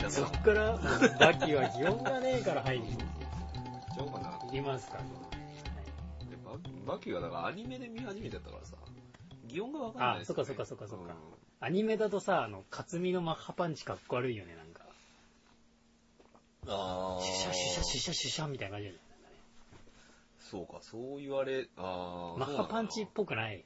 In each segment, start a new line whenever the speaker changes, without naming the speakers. やつ
そっから、バキは擬音がねえから入る。
ちゃうかな。
いりますか
でババキはだからアニメで見始めてたからさ、擬音がわかんない
あ、
です
そっ
よね
かそっかそっかそっか
うん。
アニメだとさ、あの、カツミのマッハパンチかっこ悪いよね、なんか。
ああ。
シュシャシュシャシュシャシュシャみたいな感じで。
そうか、そう言われ、ああ。
マッハパンチっ
そう
ぽくない。
な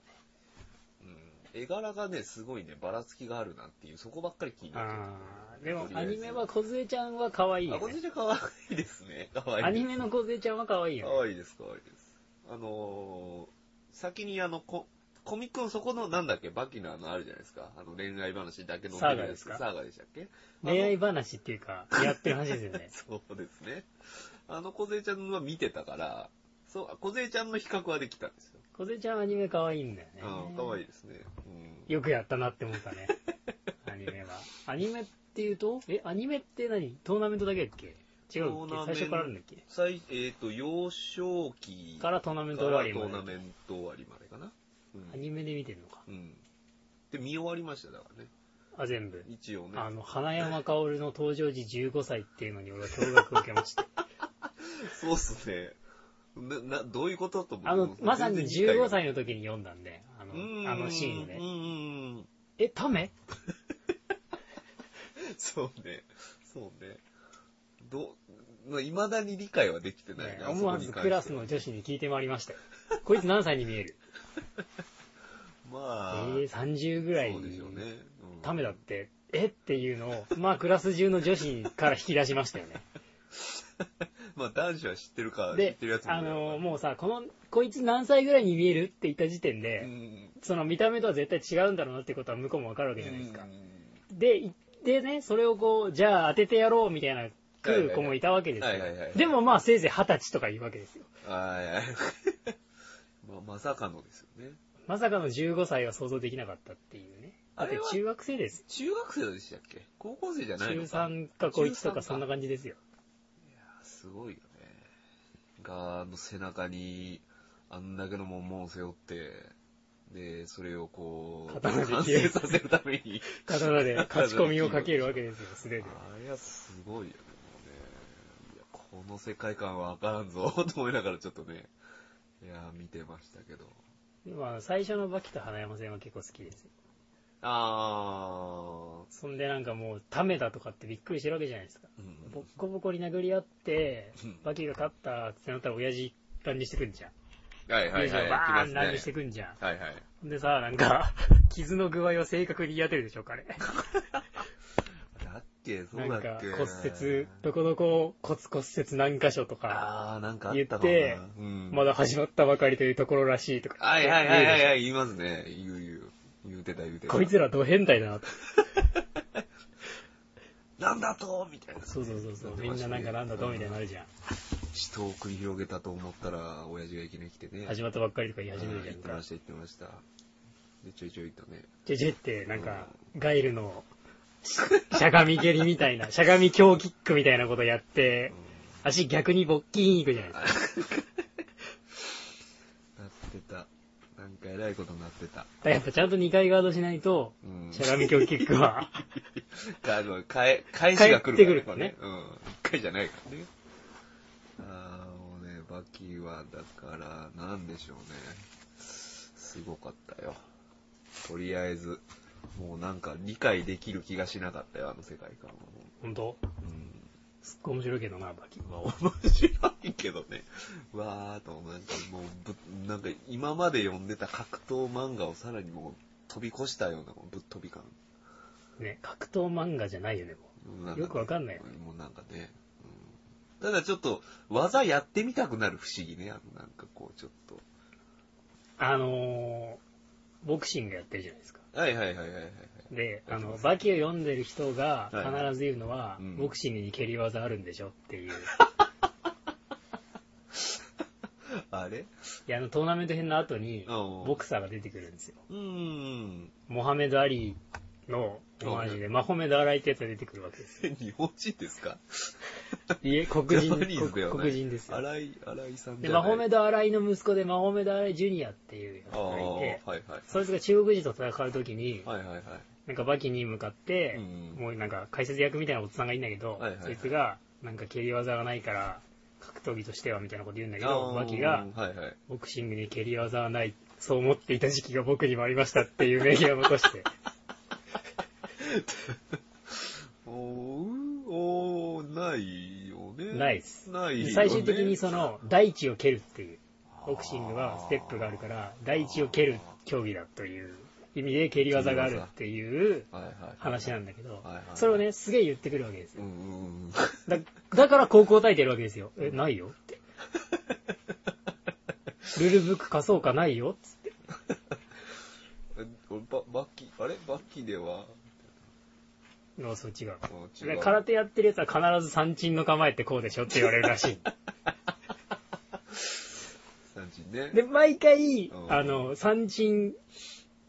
のようん。絵柄がね、すごいね、ばらつきがあるなっていう、そこばっかり気になって
あーでも
と、りあ
ア
えず
ニメは小杖ちゃんは可愛い
る。あ、
よ
こ
ね
ち。ら可愛いですね。可愛い。
アニメの小杖ちゃんは可愛いよね。
可愛いです、可愛いです。あのー、先にあの、こ、コミックのそこの、なんだっけ、バキのあの、あるじゃないですか。あの、恋愛話だけの
サーガですか
サーガでしたっけ。
恋愛話っていうか、やってる話ですよね
そうですね。あの、小杖ちゃんは見てたから、そう、小杖ちゃんの比較はできたんですよ。
小杖ちゃんアニメ可愛いんだよね。
うん、可愛いですね。うん。
よくやったなって思っ たね。アニメは。アニメっていうと、え、アニメって何トーナメントだけだっけ違う
ト
っ
ー
け
ナメン
最初からあるんだっけ
最、えっ、と、幼少期
からトーナメント終わり
トーナ
まで。
メント終わりまでかな。う
ア
ん。
ニメで見てるのか。
うん。で、見終わりました、だからね。
あ、全部。
一応ね。
あの、花山薫の登場時15歳っていうのに俺は驚愕を受け ました。
そうっすね。な、な、どういうことと思って。
あの、まさに
全然理解が
15歳の時に読んだんで、あ
うーん
の、あのシーンで
う。ーん。
え、タメ
そうね。そうね。ど、まあ、未だに理解はできてない
ね
な。
思わずクラス
の。
の女子に聞いて回りましたよ。 こいつ何歳に見えるえ
まあ、
ー、30ぐらい
そうでしょうね。うん
ためだって、えっていうのを、まあクラス中の女子から引き出しまし たよね。
まあ、男子は知ってるか、知っ
で
てるや、つもい
あ
るだろうな
の、もうさ、この、こいつ何歳ぐらいに見えるって言った時点で、
うん。
その見た目とは絶対違うんだろうなってことは向こうもわかるわけじゃないですか
う。
で、いでね、それをこう、じゃあ当ててやろうみたいな、来る子もいたわけです
はいはいはいはいはい
よ
は。い
でもまあせいぜい二十歳とか言うわけですよ。
ん。はいはい。 まあ、まさかのですよね。
まさかの15歳は想像できなかったっていうね。だって
あれは
中学生です。
中学生でしたっけ高校生じゃない
中
のか。
3か高1
中
と
三か
かそんな感じですよ。
すごいよね。が、あの背中に、あんだけのもんを背負って、で、それをこう、
刀で
完成させるために。
刀で勝ち込みをかけるわけですよ、素手で。
あれはすごいよね。もうねいやこの世界観はわからんぞ、と思いながらちょっとね、いやー見てましたけど。
まあ、最初のバキと花山戦は結構好きですよ。
あ
そんでなんかもう、タメだとかってびっくりしてるわけじゃないですか。
ー、うん
ボッコボコに殴り合って
うん、
バキが勝ったってなったら親父乱入してくんじゃん。
はいはい
親父
はい、
がバーン
来
乱
ま
入し
す
て
ね。
くんじゃん。
はいはい。
ほんでさ、なん か、傷の具合を正確に言い当てるでしょ、彼。
だって、そ
な
うんだっ
か
け。、
骨折、どこどこ骨骨折何箇所とか、
あー、なんかあったかもな。
言って
うん
まだ始まったばかりというところらしいとか。
はいはいはいはい
言うでし
はい、言いますね。言う言う。言うてた言うて
ょ
た。
こいつらド変態だなと。
なんだとみたいな。
そうそうそうそう。みんななんかなんだとみたいになるじゃん。
人を繰り広げたと思ったら、親父がいきなり来てね。
始まったばっかりとか言い始めるじゃ
言っ
ん
て
か
まし。た言ってました。で、ちょいちょいとね。
ジェジェって、なんか、ガイルの、しゃがみ蹴りみ たいな、しゃがみ強キックみたいなことやって、足逆に勃起に行くじゃないですか。
なってた。なんか偉いことになってた。
だからやっぱちゃんと2回ガードしないと、
うん。
しゃがみ強キックは、
かあの、かえ、返しが来るから、
返ってくるからね
うん。一回じゃないからね。あー、もうね、バキは、だから、なんでしょうね。すごかったよ。とりあえず、もうなんか理解できる気がしなかったよ、あの世界観は。
ほんと
うん。
すっごい面白いけどな、バキ。
まあ、面白いけどね。うわーと、なんかもうぶ、なんか今まで読んでた格闘漫画をさらにもう飛び越したような、ぶっ飛び感。
ね、格闘漫画じゃないよね、も
なん
う。よくわかんないよ。
もうなんかね、うん、ただちょっと、技やってみたくなる不思議ね。あのなんかこう、ちょっと。
あのー、ボクシングやってるじゃないですか。
はいはいはいはいはいはい。
で、あ
やって
の
ま、す
バキを読んでる人が
はい
必ず言うのは、
うん
ボクシングに蹴り技あるんでしょっ ていう。
あれ
いや、あの、トーナメント編の後に、
うん
ボクサーが出てくるんですよ。
うーん。
モハメド・アリのオマージュで、マホメド・アライってやつが出てくるわけ ですよ。
日本人ですか
いえ、黒
ジ
人、
ャパニーズではない。
黒人ですよ。
荒井、荒井さんじ
で、
ゃ
マ
ない。
ホメド・アライの息子で、マホメド・アライ・ジュニアっていうやつ
あ
がい
あ、はい
て、
はい。
そいつが中国人と戦うときに、
はいはいはい。
なんかバキに向かって、
うん
もうなんか解説役みたいなおっさんがいいんだけど、
はいはいはい
そいつが、なんか蹴り技がないから、格闘技としてはみたいなこと言うんだけ
あ
ど、
ー
バキが、
はいはい。
ボクシングに蹴り技はない、そう思っていた時期が僕にもありましたっていう名言を 残して、
おー、おー、ないよね。
ないっす
ないよね。
最終的にその、大地を蹴るっていう、ボクシングはステップがあるから、大地を蹴る競技だという意味で蹴り技があるっていう
はいはいはい。
話なんだけど
はいはい、
それをね、すげえ言ってくるわけです
う
よ。
んうんうん。
だだから高校叩いてるわけですよ。え、ない よって。ルールブック貸そうかないよっつって。
え俺ババッキあれバッキでは
あそう違う。
あ違
で
う
空手やってるやつは必ず三鎮の構えってこうでしょって言われるらし
三人ね
い。で、毎回
う、ん
あの、三鎮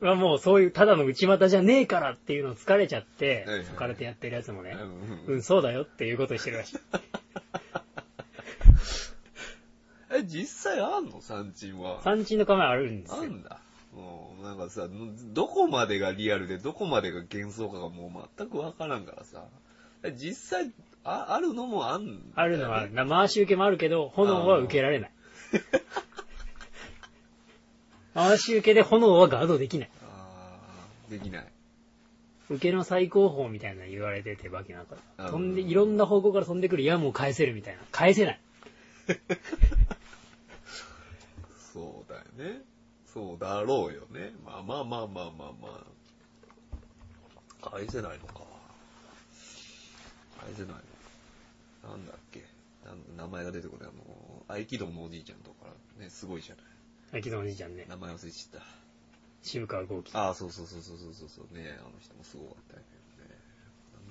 はもうそういうただの内股じゃねえからっていうの疲れちゃって
はいはい、
空手やってるやつも
う
ね
ん、う
うん
うん
ん、そうだよっていうことにしてるらしい。
え実際あんの三人は
三鎮の構えあるんです
あ
よ。
んだもうなんかさどこまでがリアルでどこまでが幻想かがもう全くわからんからさえ実際ああるのもあんだよね、
あるのは、な回し受けもあるけど、炎は受けられない。回し受けで炎はガードできない。
あーできない
受けの最高峰みたいなの言われてて、バキなんか
あー
飛んで、いろんな方向から飛んでくる矢も返せるみたいな。返せない。
そうだよねそうだろうよねまあまあまあまあまあまあ返せないのか返せないのなんだっけなん名前が出てこないあの合気道のおじいちゃんとかねすごいじゃない
あきのおじいちゃんね。
名前忘れちゃった
渋川豪樹。
ああ、そうそうそうそうそうそうそうね。あの人もすごかったよね。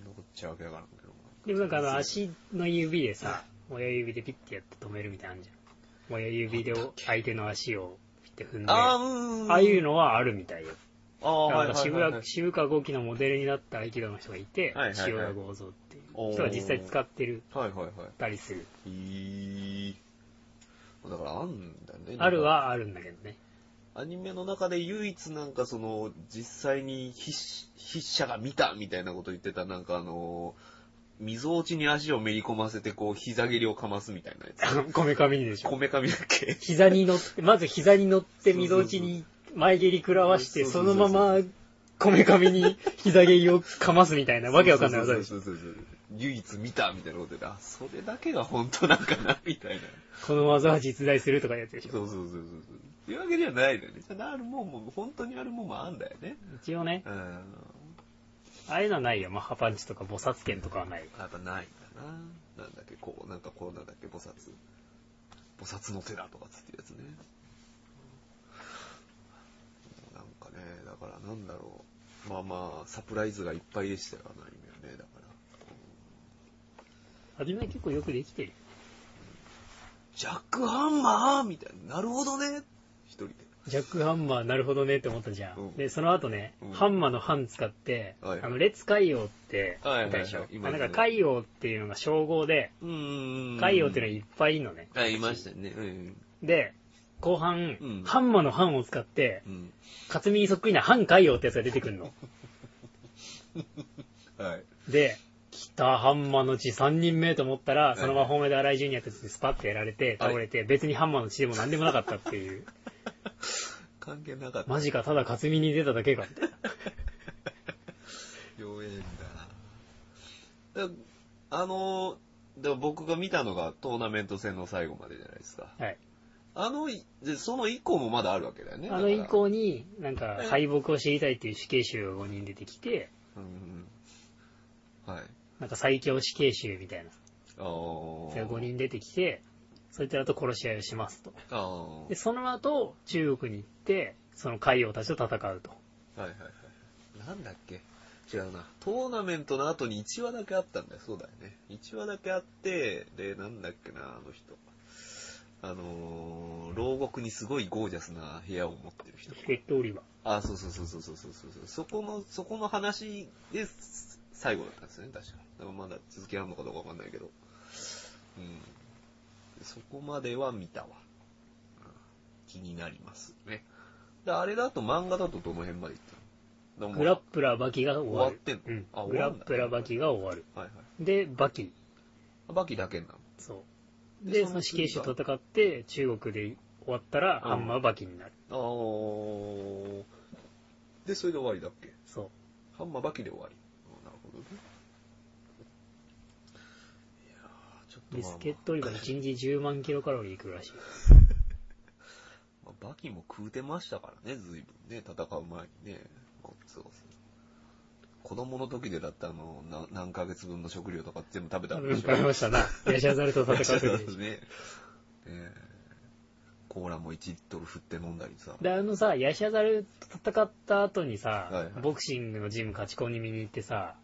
なんのこっちゃわけわからんけど。
でもなんかあの足の指でさ、親指でピッてやって止めるみたいなのあんじゃん。親指で相手の足をピッて踏んで、
ああ、
あ
うん。
あいうのはあるみたいよ。
ああ、はい
なん
は
か
い
渋
はいは
谷
い。
渋川豪樹のモデルになった合気道の人がいて、
はいはいはい
塩田剛造っていう人は実際使ってる
はいはいは
たりする。
い。いい。だからあんだね。
ある。はあるんだけど ね。
アニメの中で唯一なんかその、実際に筆筆者が見たみたいなこと言ってた、なんかあの、溝落ちに足をめり込ませて、こう、膝蹴りをかますみたいなやつ。
こめかみにでしょ。
こめかみだっけ
膝に乗って、まず膝に乗って溝落ちに前蹴り食らわして、
そ
そう
そうそ
の
うそう
ままこめかみに膝蹴りをかますみたいな、わけわかんない技でしょ。
そうそうそうそう唯一見たみたいなことで、あ、それだけが本当なんかな、みたいな。
この技は実在するとかいうやつでしょ。
そうそうそうそう。っていうわけじゃないだよね。じゃあ、あるもんも、本当にあるもんもあんだよね。
一応ね、
うん。
ああいうのはないよ。マッハパンチとか菩薩剣とかはない。
やっぱないんだな。なんだっけ、こう、なんかこうなんだっけ、菩薩。菩薩の寺とかつってやつね。なんかね、だからなんだろう。まあまあ、サプライズがいっぱいでしたよ、あのアニメはね。だから。
初め結構よくできてる。
ジャックハンマーみたいな。なるほどね。一人で。
ジャックハンマーなるほどねって思ったじゃん。
うん
で、その後ね、
うん
ハンマーのハン使って、
はい
あの、列海王って、
はいはいはい
いたでしょ。
いま
あ
す
な
ね
んか海王っていうのが称号で、
うん
海王っていうのはいっぱいいるのね。
は、い、いましたよね。うん。
で、後半、
うん
ハンマーのハンを使って
う、ん。
克実にそっくりなハン海王ってやつが出てく るの。
はい。
で、来たハンマーの血3人目と思ったら、そのままホームで荒井ジュニアってやつにスパッてやられて、倒れて、別にハンマーの血でも何でもなかったっ ていう。
関係なかった。
マジか、ただ克実に出ただけか。
妖艶だな。だあのー、で僕が見たのがトーナメント戦の最後までじゃないですか。
はい。
あの、いで、その以降もまだあるわけだよね。
あの以
だから。
降に、なんか、敗北を知りたいっていう死刑囚が5人出てきて、
うんうん。はい。
なんか最強死刑囚みたい
あ
な。
あ。
それが5人出てきて、そいつらと殺し合いをしますと。
ああ。
で、その後、中国に行って、その海王たちと戦うと。
はいはいはい。なんだっけ違うな。トーナメントの後に1話だけあったんだよ。そうだよね。1話だけあって、で、なんだっけな、あの人。あのー、牢獄にすごいゴージャスな部屋を持ってる人。
レッドオリバ
あ、そうそうそうそうそうそうそうそう。そこの、そこの話です最後だったんですよね、確か。だからまだ続きあるのかどうかわかんないけど。うん。そこまでは見たわ。うん気になりますね。で、あれだと漫画だとどの辺まで行ったのでも
グラップラーバキが終わる。
終わってんのあ
うん。
終わ
グラ
るん
ッ
だ
プラーバキが終わる。
はいはい。
で、バキ。
バキだけなの。
そう。で、その死刑囚と戦って、中国で終わったら、
うん
ハンマーバキになる。
あーで、それで終わりだっけ
そ
ハンマーバキで終わり。あーなるほどね。いやーちょっ
う。
と
ビ
まあま
ス
あ
ケットオリバー1日10万キロカロリーいくらしい。
まあバキも食うてましたからね、随分ね、戦う前にね。そうそう。子供の時でだったらもうな何ヶ月分の食料とか全部食べたん
うん、
でしょ
食べましたな。ヤシャザルと戦
そう
っ
で
て
す ね。えコーラも1リットル振って飲んだりさ。
で、あのさ、ヤシャザルと戦った後にさ、
はいはい
ボクシングのジム勝ち込みに行ってさ、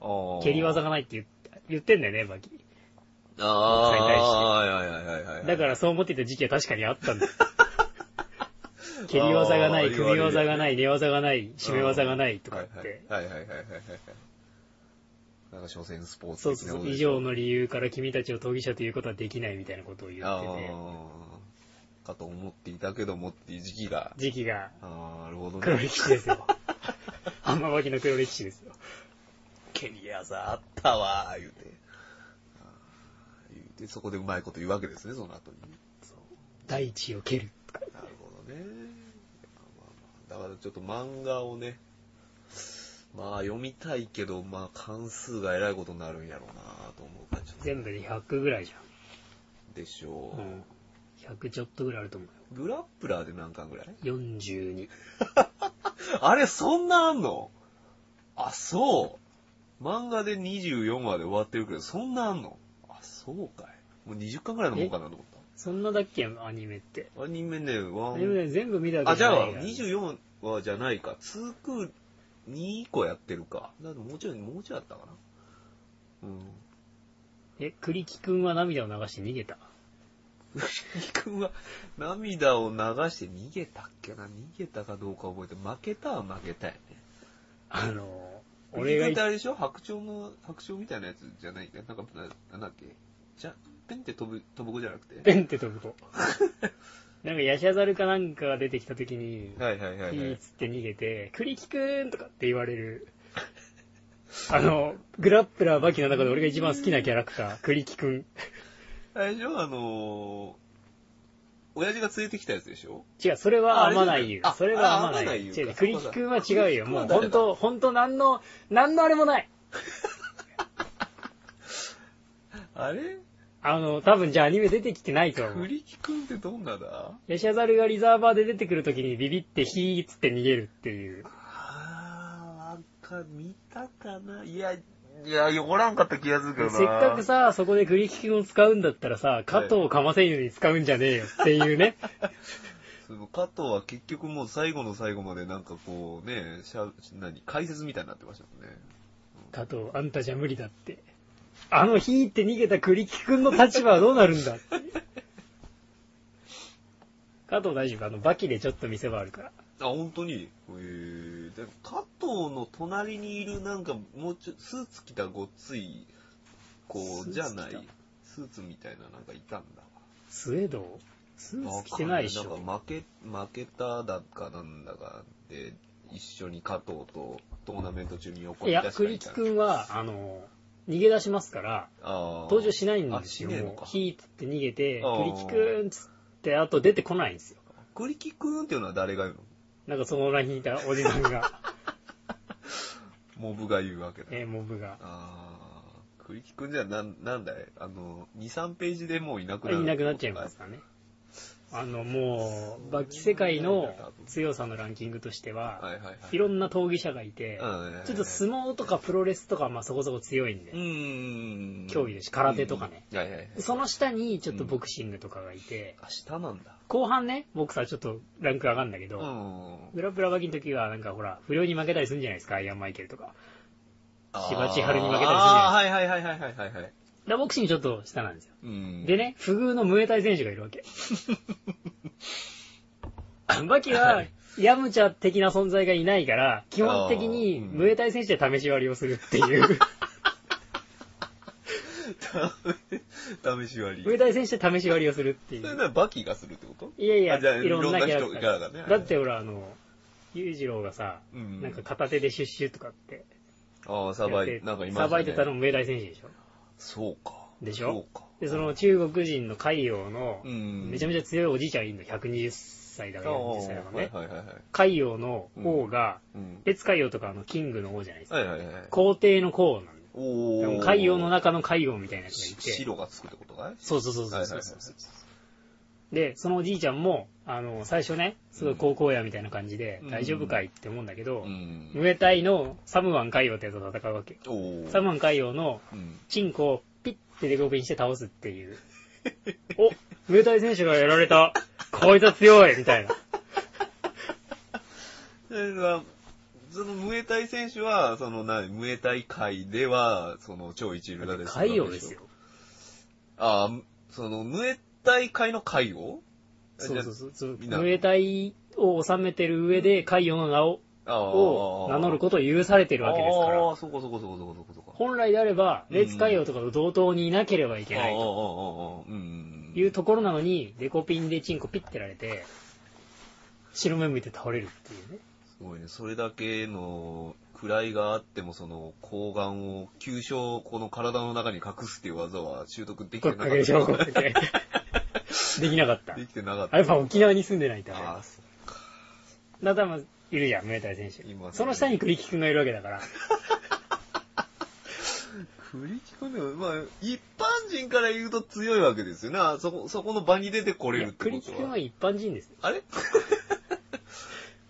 あー
蹴り技がないって言って言ってんだよね、バキ。
ああ、
国際大使
はいはいはいはいはい。
だからそう思ってた時期は確かに あったんだよ。蹴り技がな
あ
い、
ー
組み技がない、寝技がない、締め技がないとかって。
はいはいはいはいはいはいはい。なんか、所詮スポーツ
そう
的
そう
な
そ
こと
う、以
でしょ
上の理由から君たちを当事者ということはできないみたいなことを言ってて、
ああ、かと思っていたけどもっていう時期が。
時期が
ああ、なるほど
黒
ね。
歴史ですよ。浜脇の黒歴史ですよ。
ケニアさ、あったわー、言うて。あー言うて、そこでうまいこと言うわけですね、その後に。
大地を蹴るとか。
なるほどね。まあまあまあだからちょっと漫画をね、まあ読みたいけど、まあ関数がえらいことになるんやろうなと思う感じ
全部で100ぐらいじ
でしょ
ゃん。
う。
うん。100ちょっとぐらいあると思う
グラップラーで何巻ぐらい
よ。42。
あれ、そんなあんのあ、そう。漫画で24話で終わってるけど、そんなあんのあ、そうかい。もう20巻ぐらいのもんかなと思っ
そんなだっけアニメって。
た。アニメね、ワ
アニメ
ン。
ね全部見たわ
あ、
け
じ
じゃ
ゃ
ない
あ、
から
24話じゃないか。2ク2個やってるか。だってもうちょい、もうちょいあったかな。うん。
え、栗木くんは涙を流して逃げた。
藤木くんは涙を流して逃げたっけな逃げたかどうか覚えて、負けたは負けたよね。
あのー、
俺
俺
が言
が
っ
い
てあれでしょ白鳥の、白鳥みたいなやつじゃないなんか、ななんだっけじゃ、ペンって飛ぶ、飛ぶ子じゃなくて。
ペンって飛 ぶ子。なんか、ヤシャザルかなんかが出てきた時に、
はいはいはいい
い
は
っ
い。
つって逃げて、栗木くんとかって言われる。あの、グラップラーバキの中で俺が一番好きなキャラクタ ー、栗木くん。
あれでしょあのー、親父が連れてきたやつでしょ
違う、それは
あ
天内
あれじ
優
ゃない。
それは天
ああ
内
天
優。
内優
違
か
う、栗木くんは違う
栗木く
よ。もう
んは誰
本
だ
当、本当なんの、なんのあれもない。
あれ
あの、多分じゃあアニメ出てきてないと思う。
栗木くんってどんなだ
ヤシャザルがリザーバーで出てくるときにビビってヒーっつって逃げるっていう。
あー、なんか見たかないや、いや、おらんかった気がするけ
せ
ど
っ
な。
かくさ、そこで栗木くんを使うんだったらさ、加藤かませ犬に使うんじゃねえよっていう ね。
その加藤は結局もう最後の最後までなんかこうね、しゃ、何、解説みたいになってましたもんね。
加藤、あんたじゃ無理だって。あのヒーって逃げた栗木くんの立場はどうなるんだって。加藤大丈夫あの、バキでちょっと見せ場あるから。
あ、本当にえー、で加藤の隣にいるなんか、もうちょ、スーツ着たごっつい、こ
スーツ
う、
着た
じゃない、スーツみたいななんかいたんだ。
スウェードスーツ着てないでし
わか
ょ
ん。ないなんか負け、負けただかなんだかで、一緒に加藤とトーナメント中に横
い
に
や、栗
に
木くんは、あの、逃げ出しますから、登
登
場しないんですよ。
あしねえの
もう
か
ヒーっつって逃げて、
あー
栗木くんっつって、あと出てこないんですよ。
栗木くんっていうのは誰が言うの
なんかその裏にいたおじさ んが、
モブが言うわけだ。
えーモブが。
あー、栗木くんじゃなん、なんだいあの、2、3ページでもういなくなる。
いなくなっちゃいますからね。あの、もう、バキ世界の強さのランキングとして
はい
は、
はいはい。
いろんな闘技者がいて、
うん
ちょっと相撲とかプロレスとかまあそこそこ強いん
う
で、
ん。
競技ですし空手とかね
うん。はいはいはい。
その下にちょっとボクシングとかがいて、
あ、下なんだ。
後半ね、ボクサーちょっとランク上がるんだけ
う
ど、
ん。
グラップラーバキの時はなんかほら、不良に負けたりするんじゃないですか、アイアンマイケルとか。芝千春に負けたりするじゃないですか
ああ、はいはいはいはいはいはいはい。
だからボクシングちょっと下なんですよ。
うん。
でね、不遇のムエタイ選手がいる わけ。バキ
は、
はいヤムチャ的な存在がいないから、基本的に
あーうん
ムエタイ選手で試し割りをするっ ていう。
試し割
ムエ
り。
タイ選手で試し割りをするってい
それ
う。
ならバキがするってこと
いやい
あじゃあ
や、いろんなキャラ
いろんな人
クター
がね
だってほら、あの、裕次郎がさ、
うん
なんか片手でシュッシュとかって
ああ、
や
サ
っ
バ
て
イ、なんか今、
さばいてたの。も上田選手でしょ。
そうか。
でしょ
そうか。
で、その中国人の海洋の、
うん
めちゃめちゃ強いおじいちゃんいるの、120歳だ
あ
か
あ、
ら
は
40
い
歳だから
はい
ね。
はいはい。
海洋の王が、
うん。
別海洋とかあのキングの王じゃないですか。
はいはいはい。
皇帝の皇なんだよ。
お
で
ー
も海洋の中の海洋みたいなやつがい。
して白がつくってことかい
そうそうそうそう
はい
そ
は
う
いはい
そうで、そのおじいちゃんも、あの、最初ね、すごい高校やみたいな感じで、
うん
大丈夫かいって思うんだけど
う、ん。
ムエタイのサムワン海洋ってやつと戦うわけよ。
おー
サムワン海洋の
うん。
チンコをピッてデコピンして倒すっていう。お、ムエタイ選手がやられた。こいつは強いみたいな。
それは、その、ムエタイ選手は、その、な、ムエタイ界では、その、超一流だです。
海洋ですよ。。
ああ、その、ムエタイ界の界を
そうそうそう。
みんな
ムエタイを収めてる上で、海洋の名を
ああ
を名乗ることを許されてるわけですか
あ
ら。
あ、そこそこそこそこそこそこ。
本来であれば、列海洋とかと同等にいなければいけないと
ああ、ああ、ああ、うん。
いうところなのに、デコピンでチンコピッてられて、白目向いて倒れるっていうね。
すごいね。それだけの位があっても、その、睾丸を、急所をこの体の中に隠すって いう技は習得できて
骨
なかった。
格でしょ、骨格で。 できなかった
で。きてなかっ
あ
た。
やっぱ沖縄に住んでないとね。
ああ、そう
だからまあいるじゃん、ムエタイ選手
いま。すね
その下に栗木くんがいるわけだから。
栗木君でも、まあ、一般人から言うと強いわけですよね。あそこ、そこの場に出てこ
い
れるっ
や
てことは。
栗木くんは一般人ですよ。
あれ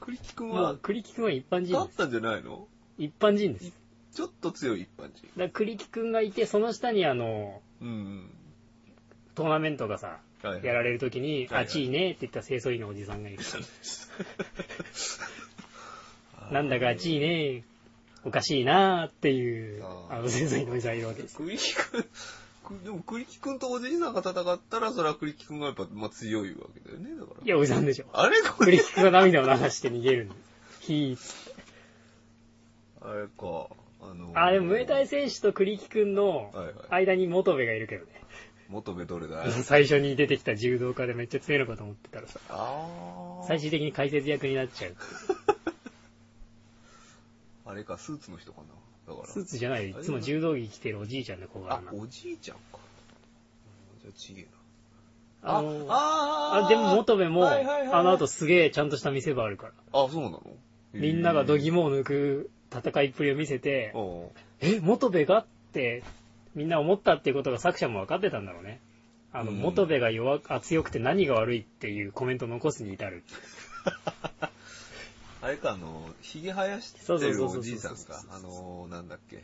栗木君
も
は
う、栗木くんは一般人
だ
で
っ
す。
たんじゃないの
一般人です。だか
ちょっと強い一般人。
ら栗木くんがいて、その下にあの、
うん
トーナメントがさ、
うん。はい、
やられるときに、
はいはい
あっちいねって言った清掃員のおじさんが いる。なんだかあっちいねおかしいなーっていう、
あー
あの清掃員のおじさんいるわけです。
栗木くん、くでも栗木くんとおじいさんが戦ったら、それは栗木くんがやっぱ、まあ、強いわけだよね、だから。
いや、おじさんでしょ。
あれこ
栗
れ。
木くんが涙を流して逃げるんです。ひー
あれか。あの
あ、でも、ムエタイ選手と栗木くんの
はいはい
間に元部がいるけどね。
元部どれだ
最初に出てきた柔道家でめっちゃ強いのかと思ってたらさ、
あ
最
ー。
終的に解説役になっちゃう。
あれか、スーツの人かな。だから。
スーツじゃない、いつも柔道着着てるおじいちゃんの子が
あ
な、。
おじいちゃんか。じゃあ、ちげえな。
あの
あ
あ、でも元部も、
はいはいはいはい
あの後すげえちゃんとした見せ場あるから。
あ、そうなの
みんなが度
も。
肝を抜く戦いっぷりを見せて、
おう
え、元部がって、みんな思ったっていうことが作者も分かってたんだろうね。あの、
うん
元部が弱く、あ、強くて何が悪いっていうコメントを残すに至る。
あれか、あの、ひげ生やして
そうそうそ
る
うそう
おじいさんか。あの、なんだっけ。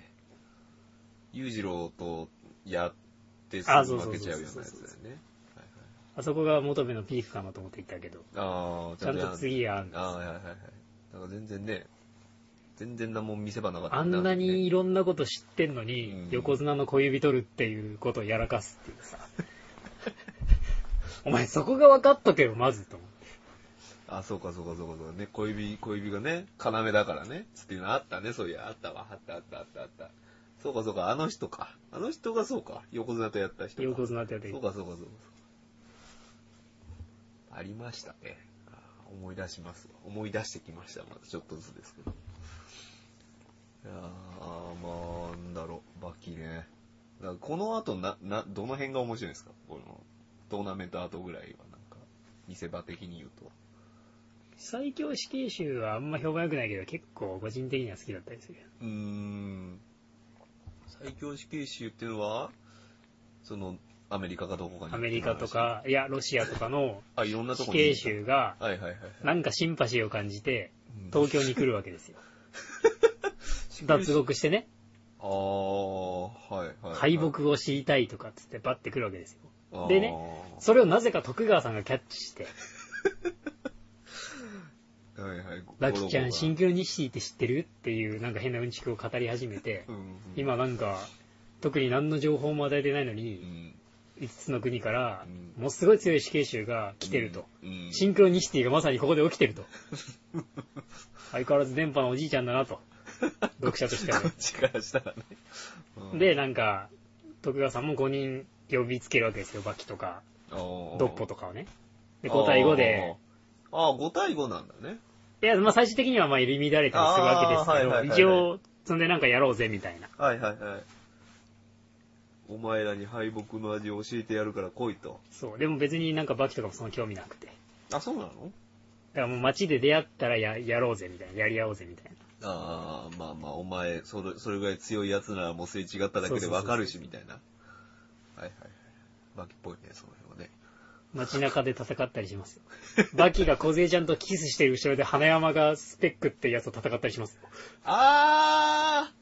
裕次郎とやってす
あそ
ぐ
うそ
負け
うそ
ち
う
ゃ
そ
う
う
ようなやつだよね。はい
あそこが元部のピークかなと思って言ったけど、
はいああ、
ちゃんと次があん
ああ、はいはいはいはい。だから全然ね、全然何も見せ場なかった
あんなに
ね。
いろんなこと知ってんのに、
うん
横綱の小指取るっていうことをやらかすっていう さ。お前そこが分かっとけよ、まずと思って。
あ、そうかそうかそうかそうか。ね、小指、小指がね、要だからね。つっていうのあったね、そういや、あったわ。あったあったあったあった。そうかそうか、あの人か。あの人がそうか。横綱とやった人か。
横綱ってやって
そうかそうかそうか。ありましたね。あー思い出します。思い出してきました。まだちょっとずつですけど。いやー、まあ、なんだろう、バキね。だからこの後な、な、どの辺が面白いんですかこの、トーナメント後ぐらいは、なんか、見せ場的に言うと。
最強死刑囚はあんま評判良くないけど、結構個人的には好きだったりするよ。
うーん。最強死刑囚っていうのは、その、アメリカかどこかに。
アメリカと。か、いや、ロシアとかの
あ、いろんなと
死
こ
刑。囚が、
はいはいはいはい。
なんかシンパシーを感じて、
うん
東京に来るわけですよ。脱獄してね、
ああ、はいはい、はい。
敗北を知りたいとかっつってバッて来るわけです
あ
よ。
ー
でね、それをなぜか徳川さんがキャッチして、
はいはい。
ラキちゃんシン
新
クロニシティって知ってるっていうなんか変なうんちくを語り始めて、今なんか、特に何の情報も与えてないの
う
に、
ん、
5つの国から
うん、
ものすごい強い死刑囚が来てると。
うん。
シンクロニシティがまさにここで起きて ると。相変わらず電波のおじいちゃんだなと。読者としては
こ
ね
っ。ちからした らね。 うん、
で、なんか、徳川さんも5人呼びつけるわけですよ。バキとか、
ド
ドッポとかをね。で、5対5で、
あーあー、5対5なんだね。
いや、まあ最終的にはまあ入り乱れたりするわけですけど、
あーはいはいはいはい
一応、そんでなんかやろうぜみたいな。
はいはいはい。お前らに敗北の味を教えてやるから来いと。
そう。でも別になんかバキとかもその興味なくて。だ
あ、そうなの
からもう街で出会ったらややろうぜみたいな。やり合おうぜみたいな。
ああ、まあまあ、お前、それ、それぐらい強いやつならもうすれ違っただけでわかるし、みたいな。はいはいはい。バキっぽいね、その辺はね。
街中で戦ったりし ますよ。バキが小杉ちゃんとキスしてる後ろで花山がスペックってやつと戦ったりしますよ。
あー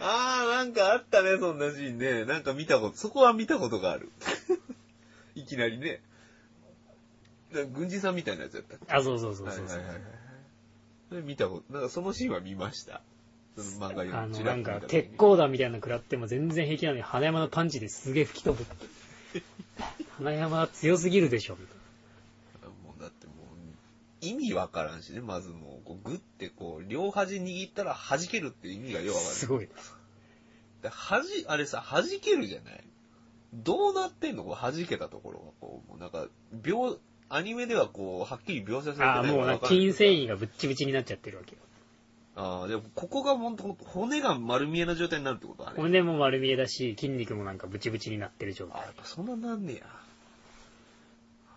あー、なんかあったね、そんなシーンね。なんか見たこと、そこは見たことがある。 いきなりね。なんか軍人さんみたいなやつやったっけ
あ、そうそうそうそうそう、
はいはいはいはいそれ見たこと、なんかそのシーンは見ました。その漫画
あ
読
の、
ち
な
らっ
ん
と見
か
た、時に
鉄鋼弾みたいなの食らっても全然平気なのに、花山のパンチですげえ吹き飛ぶ って。花山は強すぎるでしょ、みたい
もうだってもう、意味わからんしね、まずもう、こうグッてこう、両端握ったら弾けるって意味がよ
な。
くわか
すごい。
らない。で、弾、あれさ、弾けるじゃないどうなってんのこう弾けたところが、こう、もうなんか、描、アニメではこう、はっきり描写されてない
ああ、もうなんか筋繊維がぶっちぶちになっちゃってるわけよ。
ああー、でもここがほんと、骨が丸見えな状態になるってことあれ。
骨も丸見えだし、筋肉もなんかブチブチになってる状
あ、
態
やっ。ぱそんななんねや。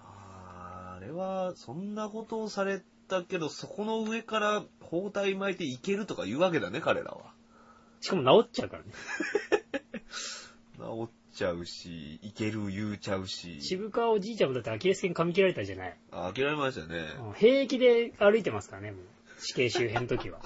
あーあれは、そんなことをされたけど、そこの上から包帯巻いていけるとか言うわけだね、彼らは。
しかも治っちゃうからね。
治っちゃうし、いける言うちゃうし。
渋川おじいちゃんもだってアキレス腱噛み切られたじゃない。
あ、開けられましたね。
うん平気で歩いてますからね、もう。死刑周辺の時は。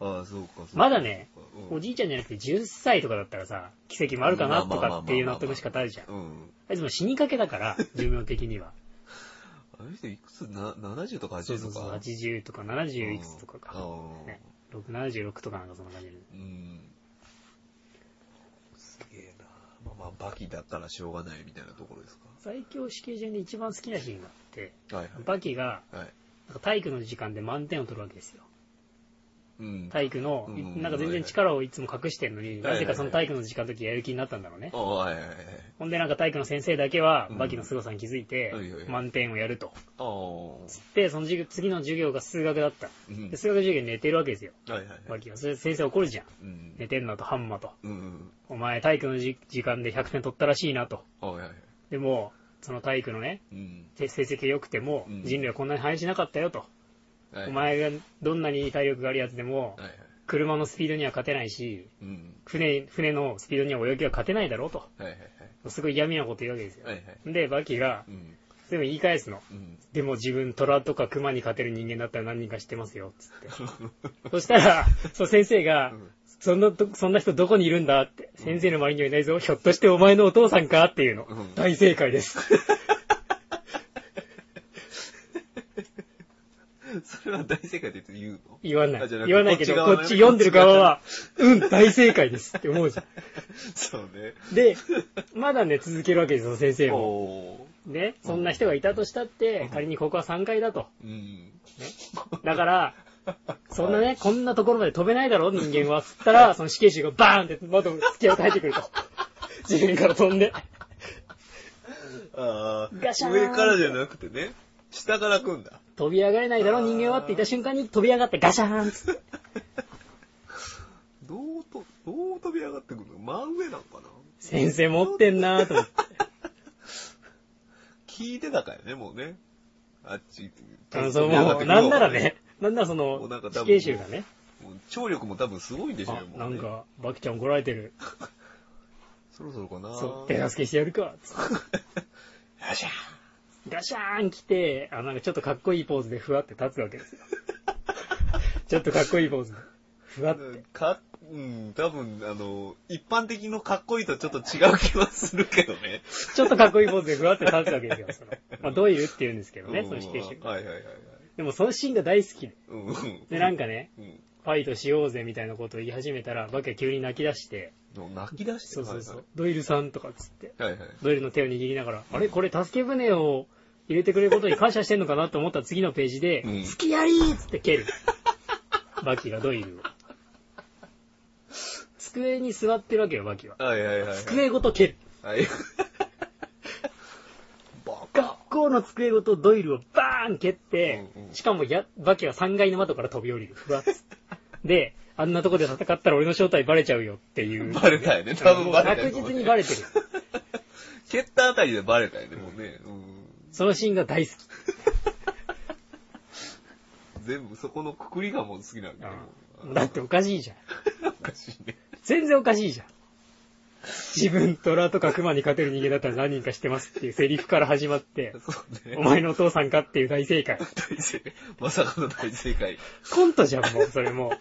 ああ、そうか、そうか。
まだね
うん、
おじいちゃんじゃなくて10歳とかだったらさ、奇跡もあるかなとかっていう納得しかあるじゃん。
うん。
あいつも死にかけだから、寿命 的には。
あの人いくつな、70とか
そう
80
そ
と
うそう、
か。
80とか70いくつとかか。
うん
ね、6 76とかなんかそんな感じで。
うん。すげえな。まあまあ、バキだからしょうがないみたいなところです
最強死刑順で一番好きなシーンがあって、
か。はいは
バキが
い。はい。
なんか体育の時間で満点を取るわけですよ。
うん。
体育の、
うん
なんか全然力をいつも隠してるのに、
はいはい
なぜかその体育の時間の時やる気になったんだろうね。
ああ、はいはいはい。
ほんでなんか体育の先生だけは
うん、
バキの凄さに気づいて
はいはいはい、
満点をやると。
ああ。
で、その授業次の授業が数学だった。
うん
で、数学授業に寝てるわけですよ。
はいはいは
バ
い。
キは。それで先生怒るじゃん。
うん。
寝てんなと、ハンマと。
うん。
お前、体育のじ時間で100点取ったらしいなと。
はいはいはい。
でも、その体育のね、
うん。
成成績が良くても
うん、
人類はこんなに反映しなかったよと。
はい
お前がどんなに体力があるやつでも
はい、はい。
車のスピードには勝てないし、
うん。
船、船のスピードには泳ぎは勝てないだろうと。
はいはいはい。
すごい闇なこと言うわけですよ
はい。はい。
で、バキが
う、ん。
でも言い返すの。
うん。
でも自分、虎とか熊に勝てる人間だったら何人か知ってますよ、つって。 そしたら、そう先生が
ん、
そんなと、そんな人どこにいるんだって、先生の周りにはいないぞ、ひょっとしてお前のお父さんかっていうの
うん。
大正解です。
それは大正解で言うの
言わな
あ
い。
じゃなくて
言わないけど、
こ
こ
っち側ね
っち読んでる側は、うん、大正解ですって思うじゃ
そうね。
ん。で、まだね、続けるわけですよ、先生も。
おー。
ね、そんな人がいたとしたって、仮にここは3階だと。
うん。
ねだから、そんなね、こんなところまで飛べないだろ、人間は。つった ら、その死刑囚がバーンって窓を突き叩いてくると。地面から飛んで。
あ
ガシャ
あ、
ーン
上からじゃなくてね、下から来んだ。
飛び上がれないだろ、人間はって言った瞬間に飛び上がってガシャーンっつって。
どうと、どう飛び上がってくるの真上なんかな
先生持ってんなーと思 って。
聞いてたからね、もうね。あっち、
あの、そ
飛び上がっ
の、
てくる
なん
の
な
が
らね。、なんならそ
もう
の
なんか、多分
死刑囚がね、
もう聴力も多分すごいんでしょうよ、
あ、
も
な
うね
んか、バキちゃん怒られてる。
そろそろかな
そう、手助けしてやるか。つって
よしゃ
ガシャーン来て、あ、なんかちょっとかっこいいポーズでふわって立つわ けですよ。ちょっとかっこいいポーズで。ふわって。
か、うん、多分、あの、一般的のかっこいいとちょっと違う気はするけどね。
ちょっとかっこいいポーズでふわって立つわけですよ。そのまあ、どういうって言うんですけど ね、その死刑囚
うん。はいはいはいはい。
でもそのシーンが大好きで。
うんうん。
で、なんかね、
うん。
ファイトしようぜみたいなことを言い始めたら、バキは急に泣き出して、
もう泣き出して
そうそうそう、ドイルさんとかっつって、
はいはい。はいはい。
ドイルの手を握りながら、あれこれ助け船を入れてくれることに感謝してんのかなと思ったら次のページで、
うん
好きやりーっつって蹴る。 バキがドイルを。机に座ってるわけよ、バキは。
はいはいはいはい。
机ごと蹴る。
はい。バ
ガッ
カ
向の机ごとドイルをバーン蹴って、
うんうん
しかもや、バキは3階の窓から飛び 降りる。ふわっつってで、あんなとこで戦ったら俺の正体バレちゃうよっていう。
バレたよね、多分バレたよ
確
ね。
実にバレてる。
蹴ったあたりでバレたよね、もうね。うん
そのシーンが大好き。
全部そこのくくりがもう好きなんだよ。
だっておかしいじゃん。
おかしいね。
全然おかしいじゃん。自分、虎とか熊に勝てる人間だったら何人か知ってますっていうセリフから始まって、
そうね。
お前のお父さんかっていう大正解。
大正解。まさかの大正解。。
コントじゃん、もう、それも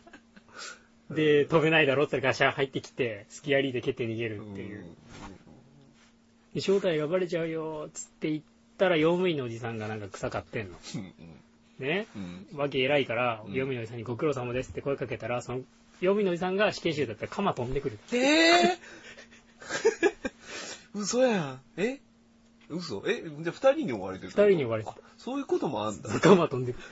う。で、飛べないだろってガシャン入ってきて、スキアリーで蹴って逃げるっていううんで、正体がバレちゃうよーっつって言ったら、用務員のおじさんがなんか草買ってんの。
うん
ね。
うんうん
わけ偉いから、
うん
用務員のおじさんにご苦労様ですって声かけたら、その、用務員のおじさんが死刑囚だったら鎌飛んでくる。
えぇ嘘やん。え嘘えじゃあ二人に追われてる
二人に追われてる
あそういうこともあんだ。
鎌飛んでくる。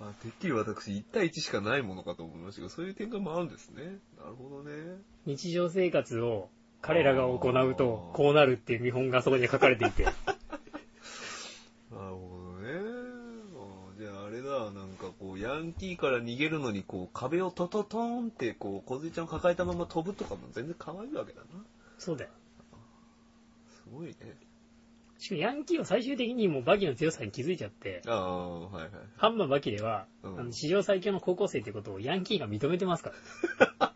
あてっきり私、1対1しかないものかと思いましたけど、そういう展開もあるんですね。なるほどね。
日常生活を彼らが行うと、こうなるっていう見本がそこに書かれていて。
なるほどね。あーじゃああれだ、なんかこう、ヤンキーから逃げるのに、こう、壁をトトトーンって、こう、小杉ちゃんを抱えたまま飛ぶとかも全然可愛いわけだな。
そうだよ。
すごいね。
しかもヤンキーは最終的にもうバキの強さに気づいちゃって、
ああ、はいはい。
ハンマーバキでは、
うん
あの史上最強の高校生ってことをヤンキーが認めてますから。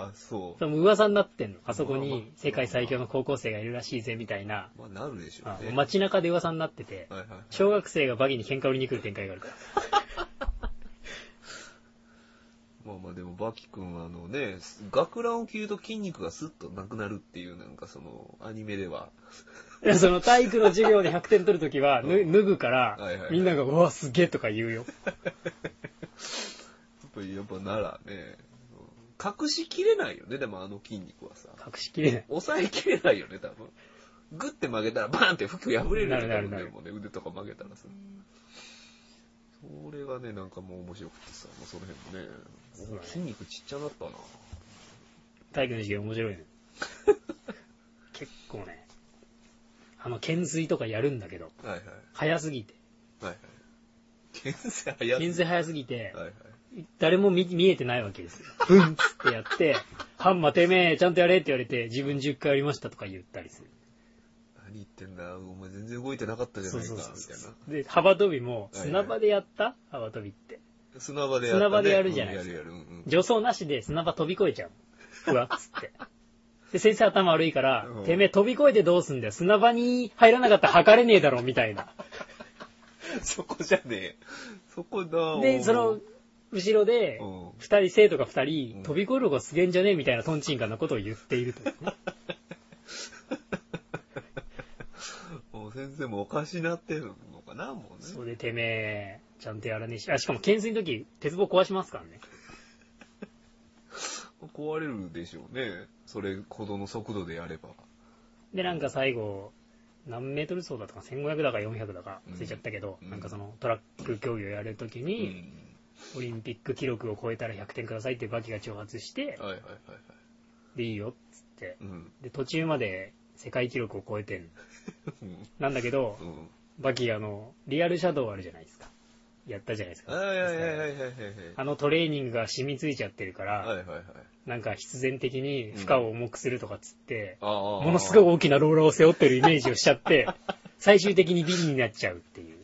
あ、そ
それも噂になってんの。あそこ
まあま
に
あ
世界最強の高校生がいるらしいぜ、みたいな。
う。まあ、なるでしょ
あ
うね。
街中で噂になってて、
はいはい。
小学生がバキに喧嘩売りに来る展開があるから。
まあまあでも、バキ君はあのね、学ランを着ると筋肉がスッとなくなるっていう、なんかその、アニメでは。
い やその体育の授業で100点取るときは、ぬ
うん
脱ぐから
はいはいは、い
みんなが、うわ、すげえとか言うよ。
やっぱり、やっぱならね、うん隠しきれないよね、でもあの筋肉はさ。
隠しきれない。
抑えきれないよね、多分。グッて曲げたらバーンって服破れるよね、
な
多
る
分
なる
でもね、腕とか曲げたらさ。それがね、なんかもう面白くてさ、もうその辺もね
そうだね、
筋肉ちっちゃなったな。
体育の授業 面白いね。結構ね、あの、懸垂とかやるんだけど、
はいはい。
早すぎて。
はいはい。牽制早い。
懸垂早すぎて、
はいはい。
誰も見見えてないわ けですよ。ブンっつってやって、ハンマーてめえ、ちゃんとやれって言われて、自分10回やりましたとか言ったりする。
何言ってんだ、お前全然動いてなかったじゃ
そ
な
う
いか、
そ
み
う
たい
そうそ
な。
う。で、幅跳びも、
はいはい
砂場でやった幅跳びって。
砂場でや
砂場でやるじゃない
で
です
か。
す
やるやる。うんうん
助走なしで砂場飛び越えちゃう。 ふわっつって。で、先生頭悪いから、
うん
てめえ飛び越えてどうすんだよ。砂場に入らなかったら測れねえだろ、みたいな。
そこじゃねえ。そこだ。
で、その、後ろで
うん、
二人、生徒が二
う
人、
ん
飛び越える方がすげえんじゃねえみたいなトンチンカンなことを言っているというね。
もう先生もおかしなってるのかな、もうね。
それで、てめえ、ちゃんとやらねえし。あ、しかも、懸垂の時、鉄棒壊しますからね。
壊れるでしょうね。それほどの速度でやれば。
で、なんか最後、何メートル走だとか、1500だか400だか
うん
ついちゃったけど、
うん
なんかその、トラック競技をやるとき
う
に、
ん
オリンピック記録を超えたら100点くださいってバキが挑発して、
はいはいはいはい。
で、いいよっつって
う。ん。
で、途中まで世界記録を超えてんの
うん
なんだけど、
うん。
バキあの、リアルシャドウあるじゃないですか。やったじゃないですか。
はいはいはいはいはいはい。
あのトレーニングが染みついちゃってるから、
はいはいはい。
なんか必然的に負荷を重くするとかっつって、
ああ。
ものすごい大きなローラーを背負ってるイメージをしち ゃって、最終的にビリになっちゃうっていう。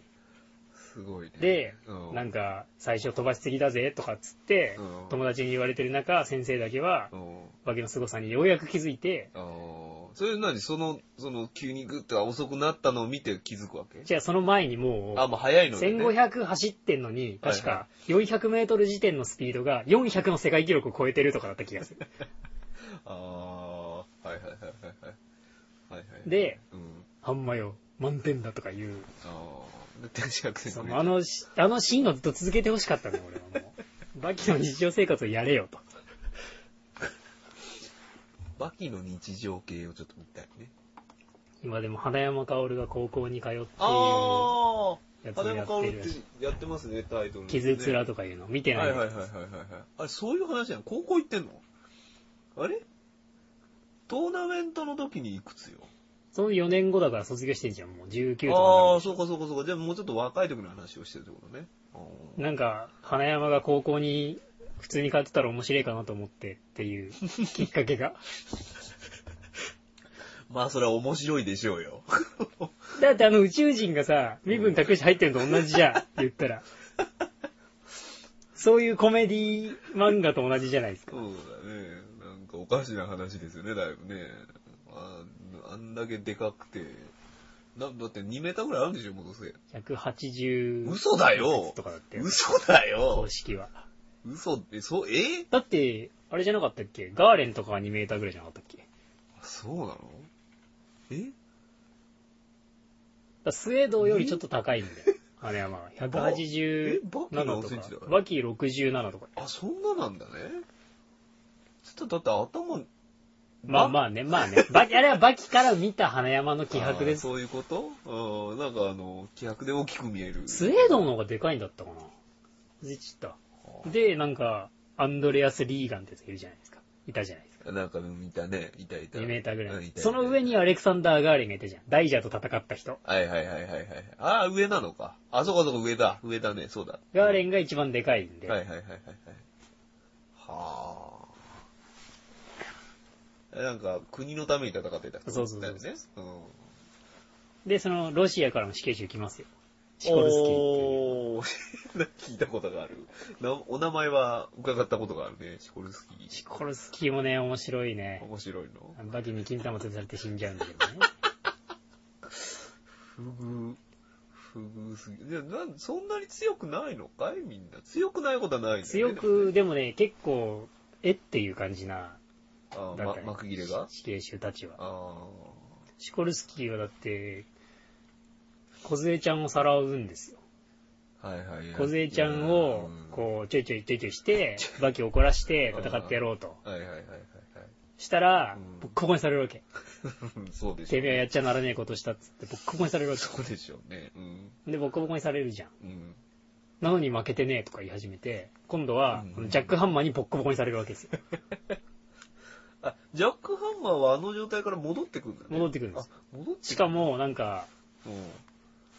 すごいね。
で、
うん
なんか最初飛ばしすぎだぜとかっつって、
うん
友達に言われてる中、先生だけは
う、ん
バキの凄さにようやく気づいて、
ああ。それ何その、その、急にグッと遅くなったのを見て気づくわけ
じゃあその前にもう、
あ、もう早いのね。
1500走ってんのに、
はいはい
確か400メートル時点のスピードが400の世界記録を超えてるとかだった気がす る。
ああ、はいはいはいはいはい。はいはい、
で、
うん。
あんまよ、満点だとか言う。
ああ。で、天使学生
そのあのし、あのシーンをずっと続けてほしかったね、俺はも う。バキの日常生活をやれよと。
バキの日常系をちょっと見たいね。
今でも花山薫が高校に通って
あ
いる、やつ
あ、あ
を
れ
や
も
って
薫っ
るらしい。
てやってますね、タイトル、ね。
傷つら
と
とかいうの見て
は
ないい。
はいはいはいはいはい。あれ、そういう話やん。高校行ってんのあれトーナメントの時にいくつよ
その4年後だから卒業してんじゃん、もう19と
ああ、
か
そうかそうかそうか。じゃあもうちょっと若い時の話をしてるってことね。あー
になる。なんか、花山が高校に普通に通ってたら面白いかなと思ってっ ていうきっかけが。
まあそれは面白いでしょうよ。
だってあの宇宙人がさ、身分託し入ってるのと同じ じゃんって言ったら。そういうコメディ漫画と同じじゃないですか。
そうだね。なんかおかしな話ですよね、だいぶね。ああんだけでかくて。なだって2メーターぐらいあるんでしょ、もうどうせ。
180
嘘だよ
とかだって、
嘘だよ
公式は。
嘘って、そう、え
だって、あれじゃなかったっけガーレンとかは2メーターぐらいじゃなかったっけだか
そうなのえ
らスウェードよりちょっと高いんだよ。 あれはまあ、187
バ
と
えバキ何センチだ
か。バキ67とか。
あ、そんななんだね。ちょっとだって頭、
まあまあね、まあね。バキ、あれはバキから見た花山の気迫です
あー。そういうことうん、なんかあの、気迫で大きく見える。
スウェードの方がでかいんだったかな。忘れちゃっ
あ
た。で、なんか、アンドレアス・リーガンってやつがいるじゃないですか。いたじゃないですか。
なんか見たね。いたいた。
2メーターぐら
うん
い。
たた
その上にアレクサンダー・ガーレンがいたじゃん。ダイジャーと戦った人。
はいはいはいはいはい。ああ、上なのか。あ、そうかそうか、上だ。上だね、そうだ。
ガーレンが一番でかいんで。
はいはいはいはいはい。はあ。なんか、国のために戦ってた人
そうそうそう
だよね。うん。
で、その、ロシアからも死刑囚来ますよ。シコルスキーっていう。
おー、 聞いたことがある。なお名前は伺ったことがあるね、シコルスキー。
シコルスキーもね、面白いね。
面白いの。
バキに金玉吊るされて死んじゃうんだけどね。
不遇。不遇すぎ。じゃあなんそんなに強くないのかいみんな。強くないことはないんだよね
強。く、でもね、結構、えっていう感じな、
でもねあ
だ
ー
った
ま、幕切れが
死刑囚たちは。
あ
シコルスキーはだって、小杖ちゃんをさらうんですよ。
あ。はいはい。
小杖ちゃんを
うん、
こう、ちょいちょいちょいちょいして、バキを怒らして戦ってやろうと。
はいはいはいはい
した
う
ら
ん、
ボッコボコにされるわけ。
はい。そうでしょ
て
う
めえはや
ね。
っちゃならねえことしたっつって、ボッコボコにされるわけ。
そうでしょうね。うん。
で、ボッコボコにされるじゃん。
うん。
なのに負けてねえとか言い始めて、今度は
うん、
このジャックハンマーにボッコボコにされるわけですよ。
あ、ジャックハンマーはあの状態から戻ってくるんだね。
戻ってくるんで
あ
す。、
戻ってくる
しか。も、なんか、
う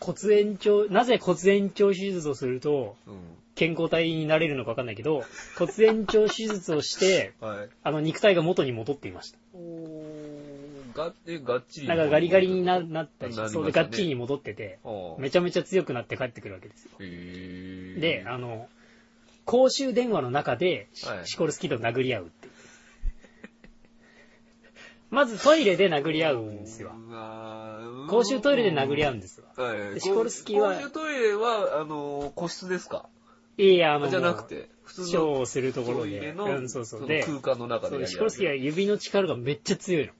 骨延長、なぜ骨延長手術をすると、
ん。
健康体になれるのかわかんないけど、骨延長手術をして、
うん。はい。
あの、肉体が元に戻っていました。
おー、が、え、がっちり。
なんかガリガリにななったりし
なりましたね
そうでガッチリに戻ってて、
ああ。
めちゃめちゃ強くなって帰ってくるわけですよ。
へー
で、あの、公衆電話の中で、シ
はい
シコルスキーと殴り合うっていう。 まずトイレで殴り合うんですよ。
うわー
公衆トイレで殴り合うんですよ。
はい。
シコルスキーは
公衆トイレは、あの、個室ですか
いやいや、あの、
じゃなくて、普通の。
ショーをするところ
トイ
で。
レ
う
の
ん、そうそ。
そうの
で、
空間の中で
そ
や
う
り
シコルスキーは指の力がめっちゃ強いの。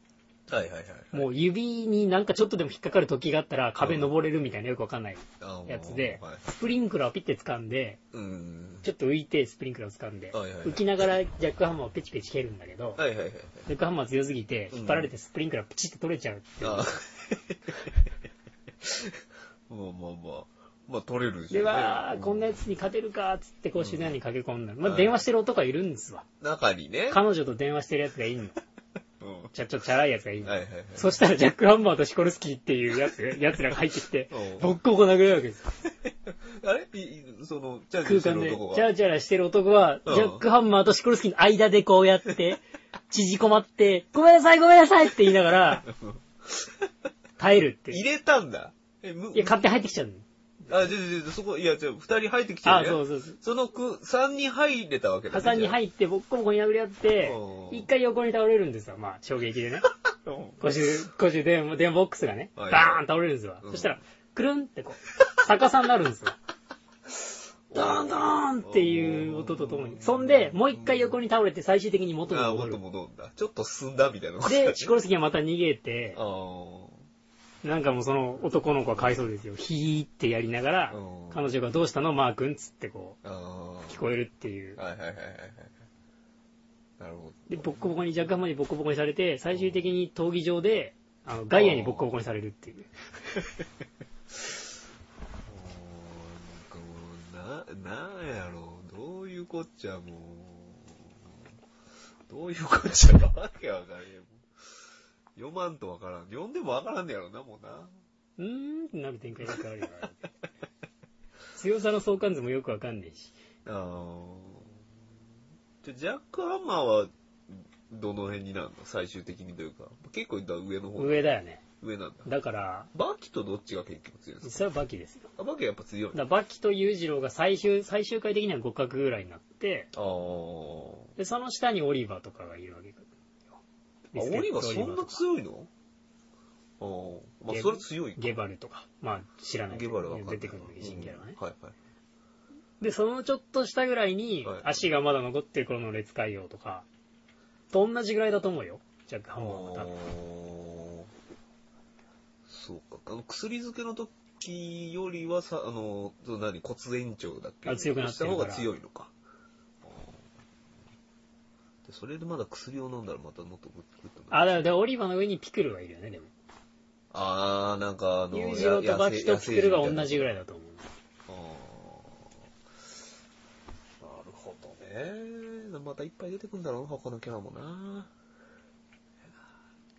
はいはいはい。
もう指になんかちょっとでも引っかかる時があったら壁登れるみたいなよくわかんない
あー
やつで
はい、
スプリンクラーをピッて掴んで、
うん。
ちょっと浮いてスプリンクラーを掴んで、
はいはいはい
浮きながらジャックハンマーをペチペチ蹴るんだけど、
はいはいはいはい。
ジャックハンマー強すぎて、引っ張られてスプリンクラープチって取れちゃうっていう。
あー まあまあまあ。まあ取れるでしょうね。
でわ
う
ー、こんなやつに勝てるかーっつって公衆電話に駆け込んだの。まあ、
はい
電話してる男がいるんですわ。
中にね。
彼女と電話してるやつがいいの。
うんは
ちょ、ちょ、チャラいやつがいい
い
の。
はいはい。
そしたらジャック・ハンマーとシコルスキーっていうやつ、やつらが入ってき て
おう、
ボッコボコ殴れるわけですよ。
あれいいその、チャージ
空
して
間
る
で、
男が。
チャラチャラしてる男は、
うん
ジャック・ハンマーとシコルスキーの間でこうやって、縮こまって、ごめんなさいごめんなさいって言いながら、耐えるってい
入
う。
れたんだ。え、む
いや、勝手に入ってきちゃうの。
あ、じゃあじゃあじゃあそこ、いや、じゃあ二人入ってきてるね。
ああ、そうそうそう。
そのく、三人入れたわけだ
破産に
っ
入って、ボッコボコに殴り合って
お、う
一回横に倒れるんですよ。まあ、衝撃でね。
た。うん
公衆、公衆電話電話ボックスがね、
は
バ
い
ーン倒れるんですわ。
うん
そしたら、くるんってこう、逆さになるんですよ。ドーンドーンっていう音とともに。そんで、もう一回横に倒れて最終的に元に
ああ、
戻
もっと
る。
戻んだ。ちょっと進んだみたいなことだね
で、シコルスキーがまた逃げて
あ、ー
なんかもうその男の子はかわいそうですよ。ヒーってやりながら
うん、
彼女がどうしたのマー君つってこ
あ
う、
ー。
聞こえるっていう。
はいはいはいはいはい。なるほ
で、ボッコボコに、ジャックハンマーにボッコボコにされて、最終的に闘技場で、あの、ガイアにボッコボコにされるっていう。
ど。もう、なんかもう、な、なんやろう。どういうこっちゃ、もう。どういうこっちゃかわけわかんない。読まんとわからん。読んでもわからんねやろな、もうな。
うーんってなる展開が変わるよ。強さの相関図もよくわかんないし。
あーじゃあ、ジャックハンマーは、どの辺になるの最終的にというか。結構だ上の方。
上だよね。
上なんだ。
だから、
バキとどっちが結局強いんです
実際はバキです
か
よ。
あバキはやっぱ強い
だからバキと裕次郎が最終、最終回的には互角ぐらいになって、
あーあ。オ
で、その下にオリバーとかがいるわけよ。
リがそんな
とか
強いのああ。まあ、それ強いか。
ゲバルとか。まあ、知らないけ
ゲ
ど。
バルはわかんない
出てくるんだけど、新ギャラがね
う。んはいはい。
で、そのちょっと下ぐらいに
はい、
足がまだ残ってる頃の列海王とか、と同じぐらいだと思うよ。ジャックハンマーは多分。
そうか。あの、薬漬けの時よりはさ、あの、その何、骨延長だっけ
あ強くなって
した
るから
方が強いのか。あーでそれでまだ薬を飲んだらまたもっとグッグッとなる。
あ、だからで、オリバーの上にピクルがいるよね、でも。
あー、なんかあの、
裕次郎とバキとピクルが同じぐらいだと思う。
あーなるほどね。またいっぱい出てくんだろうな、他のキャラもな。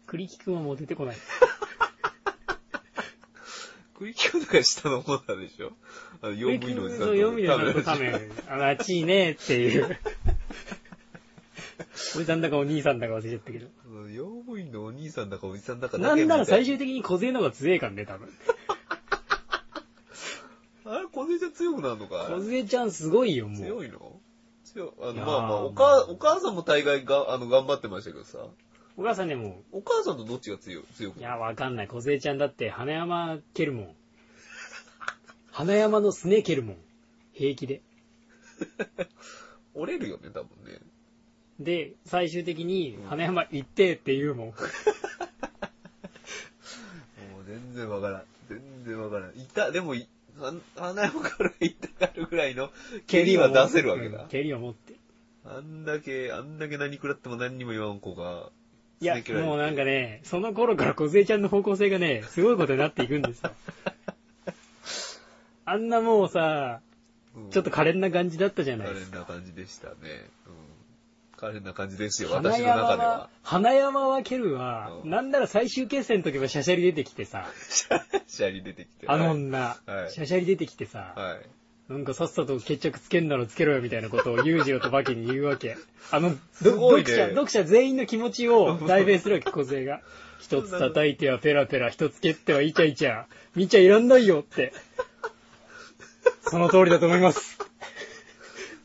栗木くんはもう出てこない。
クリキューとか下の方なんでしょあの、読
栗木
む
くん
の
と
に
読みのさんとタ
ため
メ、あの、あっちいねって いう。おじさんだかお兄さんだか忘れちゃったけど。
その用務員のお兄さんだかおじさんだかだ
な
け
ん
み
な
たい
ら最終的に小勢の方が強いからね、多分。
あれ、小銭ちゃん強くなるのか
小勢ちゃんすごいよ、もう。
強いの強い。あの、
いや
ま
ー
あまあ、お母、お母さんも大概が、あの、頑張ってましたけどさ。
お母さんでも、
お母さんとどっちが強い、強く
い
なる
や、わかんない。小勢ちゃんだって、花山蹴るもん。花山のすね蹴るもん。平気で。
折れるよね、多分ね。
で、最終的に
うん、
花山行ってって言うもん。
もう全然わからん。全然わからん。いた、でもい、は花山から行ったがるぐらいの 蹴りは出せるわけ
うん
だ。
蹴りを持って。
あんだけ、あんだけ何食らっても何にも言わん子が、
いや
すね蹴ら、れる
もうなんかね、その頃から小勢ちゃんの方向性がね、すごいことになっていくんで すよ。あんなもうさ、
うん
ちょっと可憐な感じだったじゃない
可
です
憐
か。
な感じでしたね。うん。可憐な感じですよ、
花
私の
山
中では
は。、花山は蹴るは、
うん
なんなら最終決戦の時はシャシャリ出てきてさ、
シャリ出てきて。
あの
はい
女、
はい
シャシャリ出てきてさ、
はい。
なんかさっさと決着つけんならつけろよみたいなことを裕次郎とバキに言うわけ。 あの、ど
すごいね
読者、読者全員の気持ち を代弁するわけ、小勢 が。一つ叩いてはペラペラ、一つ蹴ってはイチャイチャ、 見ちゃいらんないよって。その通 りだと思います。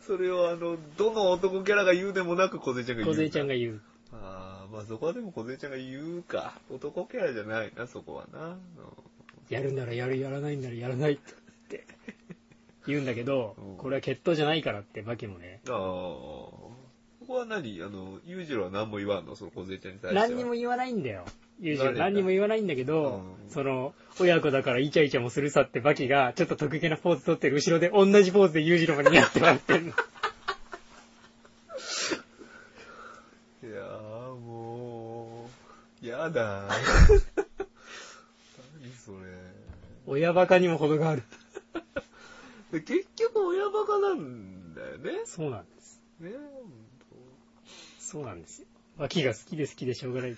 それをあの、どの男キャラが言うでもなく小瀬ちゃんが言
小
う。
勢ちゃん
が。
が言う。
ああ、まあそこはでも小瀬ちゃんが言うか。男キャラじゃないな、そこはな。
やるならやる、やらないならやらないって 言うんだけど
うん、
これは決闘じゃないからってバキもね。
ああー。ここは何あの、裕次郎は何も言わんのその小瀬ちゃんに対しては。
何にも言わないんだよ。ユージ
言わないんだ
何にも言わないんだけど、
うん
その、親子だからイチャイチャもするさってバキが、ちょっと得意げなポーズ取ってる後ろで同じポーズでユージロにやってもらっ てんの。
いやーもう、や だー。何それ。
親バカにも程がある。
で結局親バカなんだよね。
そうなんです。
ね
そうなんですよ。バキが好きで好きでしょうが ない。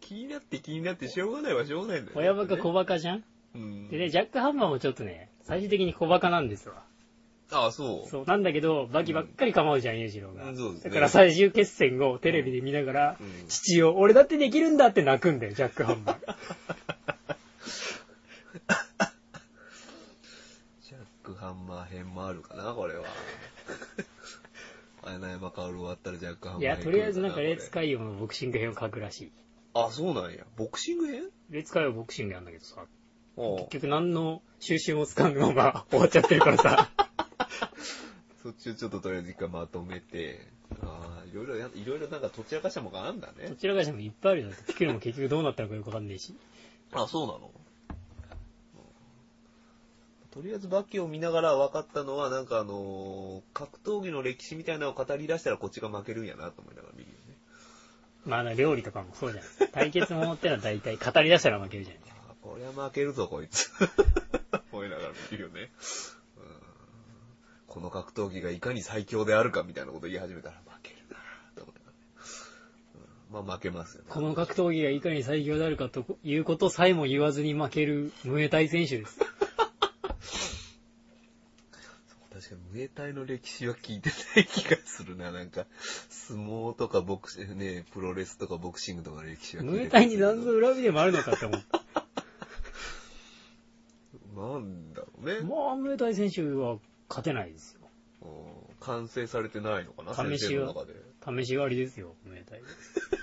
気になって気になってしょうがないはしょうがないんだよ、
親バカ小バカじゃん
うん。
でね、ジャックハンマーもちょっとね、最終的に小バカなんですわ。
ああ、そう。
そう、なんだけど、バキばっかり構うじゃん、ユージロが
うんそうです。ね
だから最終決戦をテレビで見ながら
うんうん、
父を、俺だってできるんだって泣くんだよ、ジャックハンマー。
ジャックハンマー編もあるかな、これは。 穴山薫終わったらジャックハンマー
いや、とりあえずなんか、レ
レ
ッツ海洋のボクシング編を書くらしい。
あ、そうなんや。ボクシング編
レッツ海洋ボクシングやんだけどさ、
お
結局何の収集もつかんまま 終わっちゃってるか らさ、
そっちをちょっととりあえず一回まとめて。ああ、いろいろや、いろいろなんか、とちらかしたもんがあんだ
ど
ね。
ちらかしてもいっぱいあるよ。ピクルも結局どうなったのかよくわかんないし。
あ、そうなのとりあえずバキを見ながら分かったのは、なんかあのー格闘技の歴史みたいなのを語り出したらこっちが負けるんやなと思いながら見るよね。
まあ、料理とかもそうじゃないですか。対決ものってのは大体語り出したら負けるじゃないですか。
あこりゃ負けるぞ、こいつ。 思いながら見るよね。うんこの格闘技がいかに最強であるかみたいなこと言い始めたら負けるなぁと思って、ねまあ負けますよね。
この格闘技がいかに最強であるかということさえも言わずに負ける無エタイ選手です。
確かに、ムエタイの歴史は聞いてない気がするな、なんか。相撲とかボクシング、ね、プロレスとかボクシングとかの歴史は聞いて
無
ない
エタイに何の恨みでもあるのかって思った。
なんだろうね。
まあ、無エタイ選手は勝てないですよ。
うん完成されてないのかな、
試
先
し
生の
は
中で。
試し割りですよ、無エタイ。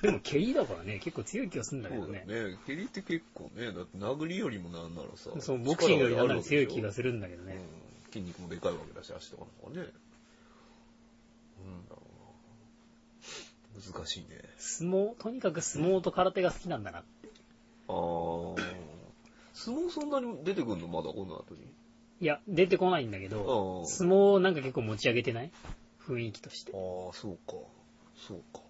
でも、蹴りだからね、結構強い気がするんだけ
そ
ど
うだ
ね。
ね。蹴りって結構ね、だって殴りよりもなんならさ。
そう、ボクシングよりなんなら強い気が
る
するんだけどね。
うん、筋肉もでかいわけだし、足とかなんかね。うんだろうな。難しいね。
相撲、とにかく相撲と空手が好きなんだな。
あー。相撲そんなに出てくんのまだこの後に。
いや、出てこないんだけ
う
ど、
ん
相撲をなんか結構持ち上げてない雰囲気として。
ああ、そうか。そうか。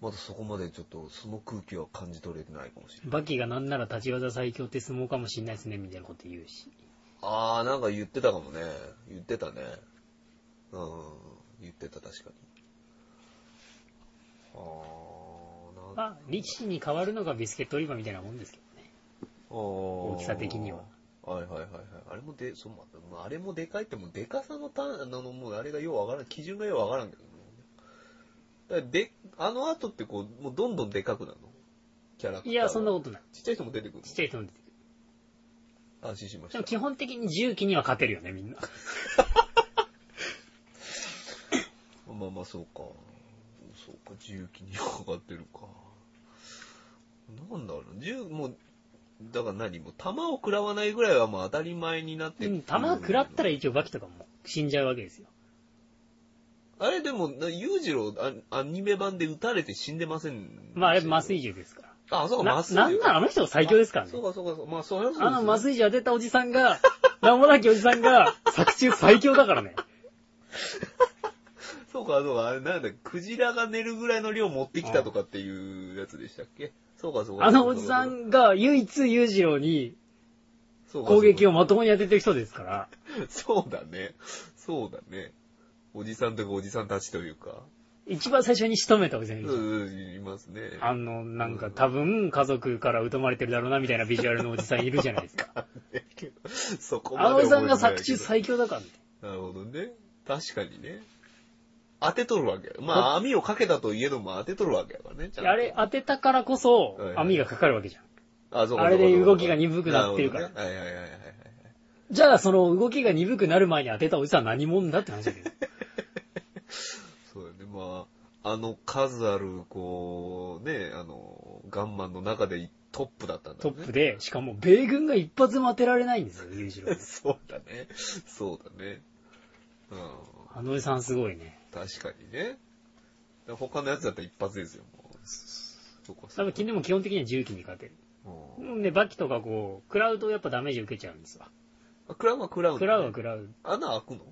まだそこまでちょっとその空気は感じ取れてないかもしれない。
バキがなんなら立ち技最強って相撲かもしんないですね、みたいなこと言うし。
ああ、なんか言ってたかもね。言ってたね。うん。言ってた、確かに。ああ、なん
まあ、力士に変わるのがビスケットオリバーみたいなもんですけどね。
大
大きさ的には。
はいはいはいはい。あれもで、そう、まあ、あれもでかいって、もうでかさの単、あの、もうあれがようわからん、基準がようわからんけどね。だからで、あの後ってこう、もうどんどんでかくなるのキャラクターが。
いや、そんなことない。
ちっちゃい人も出てくる
ちっちゃい人も出てくる。
の安心しまし
で
た
も。基本的に重機には勝てるよね、みんな。
まあまあ、そうか。そうか、重機にかかってるか。なんだろう、重、もう、だから何もう弾を食らわないぐらいはもう当たり前になって
で
る
も弾を食らったら一応バキとかも死んじゃうわけですよ。
あれでも、な裕次郎ア、アニメ版で撃たれて死んでません。
まあ、あれ麻酔銃ですか
あ、そう
ら。
か、
な
麻酔銃
なんならあの人が最強ですからね
そ。うか、そうか、そうまあ、それはそうです
あの麻
酔
酔銃当てたおじさんが、なんもなきおじさんが、作中最強だからね。
そうか、そうか、あれなんだ、クジラが寝るぐらいの量持ってきたとかっていうやつでしたっけそうか、そうか。
あのおじさ
そうか、
んが唯一裕次郎に
そうか
攻撃を。まともに当ててる人ですから。
そうだね。そうだね。おじさんとかおじさんたちというか。
一番最初に仕留めたわけじゃな
う
いですか。
ん、うんいますね。
あの、なんか多分家族から疎まれてるだろうなみたいなビジュアルのおじさんいるじゃないですか。
そこま
あ
で
のおじさん
覚え
が
てないけ
作
ど
中最強だからね。
なるほどね。確かにね。当てとるわけや。まあ、網をかけたといえども当てとるわけやからね。ちゃんと
あれ当てたからこそ
はいはい
網がかかるわけじゃん。
あそうか
あれで
そうか
動きが鈍くなってるか
な
ら
ほどねはいはいはいはいはい。
じゃあその動きが鈍くなる前に当てたおじさんは何者だって話だ けど。
そうだね。まあ、あの数ある、こう、ね、あの、ガンマンの中でトップだったんだ
ト
よ
ッ
ね。。
プで、しかも米軍が一発も当てられないんですよ、裕次郎
そうだね。そうだね。うん。
あのおじさんすごいね。
確かにね。他のやつだったら一発ですよ、もう。そうか、
多
そう
分
か。
でも基本的には重機に勝てる。
うん
うんね、バキとかこう、食らうとやっぱダメージ受けちゃうんですわ。
あクラウンはクラウン。
食らうは食らう。
穴開くの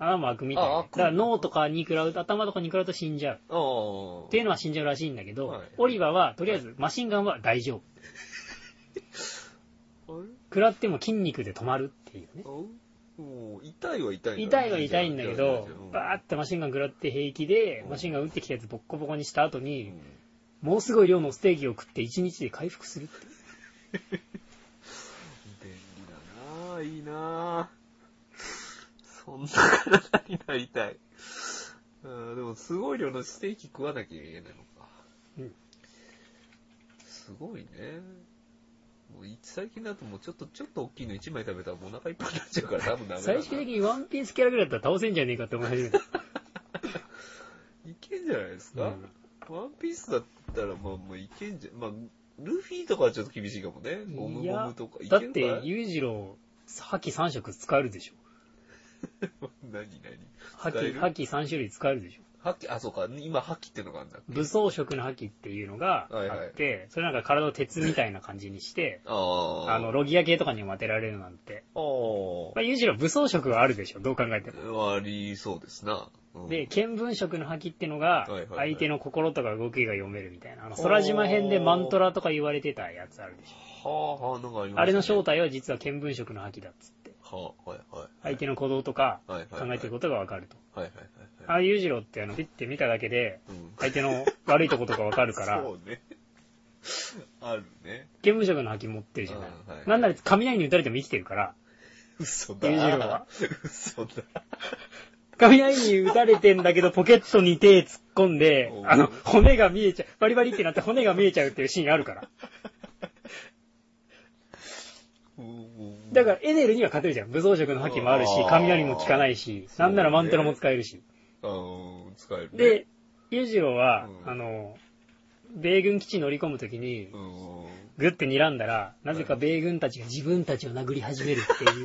穴も開くみたいな。
あ
だ
開く
から脳とかに食らうと、頭とかに食らうと死んじゃう。
ああ。
っていうのは死んじゃうらしいんだけど、
はい
オリバーはとりあえずマシンガンは大丈夫。
あれ
食らっても筋肉で止まるっていうね。
あもう痛いは痛いんだ
痛いは痛いんだけど、バーってマシンガン食らって平気で、マシンガン撃ってきたやつボッコボコにした後
う
に、
ん
もうすごい量のステーキを食って1日で回復するっていう。
便利だなぁ、いいなぁ。そんな体になりたい。うん、でもすごい量のステーキ食わなきゃいけないのか。
うん
すごいね。もうい最近だともうちょっと、ちょっと大きいの1枚食べたらもうお腹いっぱいになっちゃうから多分ダメだな。
最終的にワンピースキャラぐらいだったら倒せんじゃねえかって思い始めた。
いけんじゃないですか、ワンピースだったらまあもういけんじゃ、まあ、ルフィとかはちょっと厳しいかもね。ゴム
い
ゴ
や
ムとか。いけるか
だって、裕次郎、覇気3色使えるでしょ。
何何
覇
使え
気、
る
覇気3種類使えるでしょ。
覇気、あ、そうか、今、覇気ってのがあるんだっけ
武装色の覇気っていうのがあって、
はいはい
それなんか体を鉄みたいな感じにして、
ああ。
あの、、ロギア系とかにも当てられるなんて。ま
あ
あ、裕次郎武装色はあるでしょ、どう考えても。
あ。ありそうですな。うん
で、、見聞色の覇気ってのが
はいはいは、い
相手の心とか動きが読めるみたいな。あの、空島編でマントラとか言われてたやつあるでしょ。
はあはあ、なんかありますね
あれの正体は実は見聞色の覇気だっつって。
はあ、はいはい。
相手の行動とか
はいはいは
考
い
えてることがわかると。
はいはいはい。
ああいう次郎ってあの、ピッて見ただけで、
うん
相手の悪いとことかわかるか ら、
そうね。あるね。
刑務職の覇気持ってるじゃない
うんはい。
なんなら雷に打たれても生きてるから、
嘘
裕次郎は
だ。嘘だ。
雷に打たれてんだけど、ポケットに手突っ込んで
お、う
あの、骨が見えちゃう、バリバリってなって骨が見えちゃうっていうシーンあるから。だから、エネルには勝てるじゃん。武装色の覇気もあるし
あ、ー
雷も効かないし、
そう
な
ね
んならマントラも使えるし。
ら、うん、使える、ね。
で、裕次郎は
う、ん
あの、米軍基地乗り込むときに
う、ん、
グッて睨んだら、なぜか米軍たちが自分たちを殴り始めるっていう。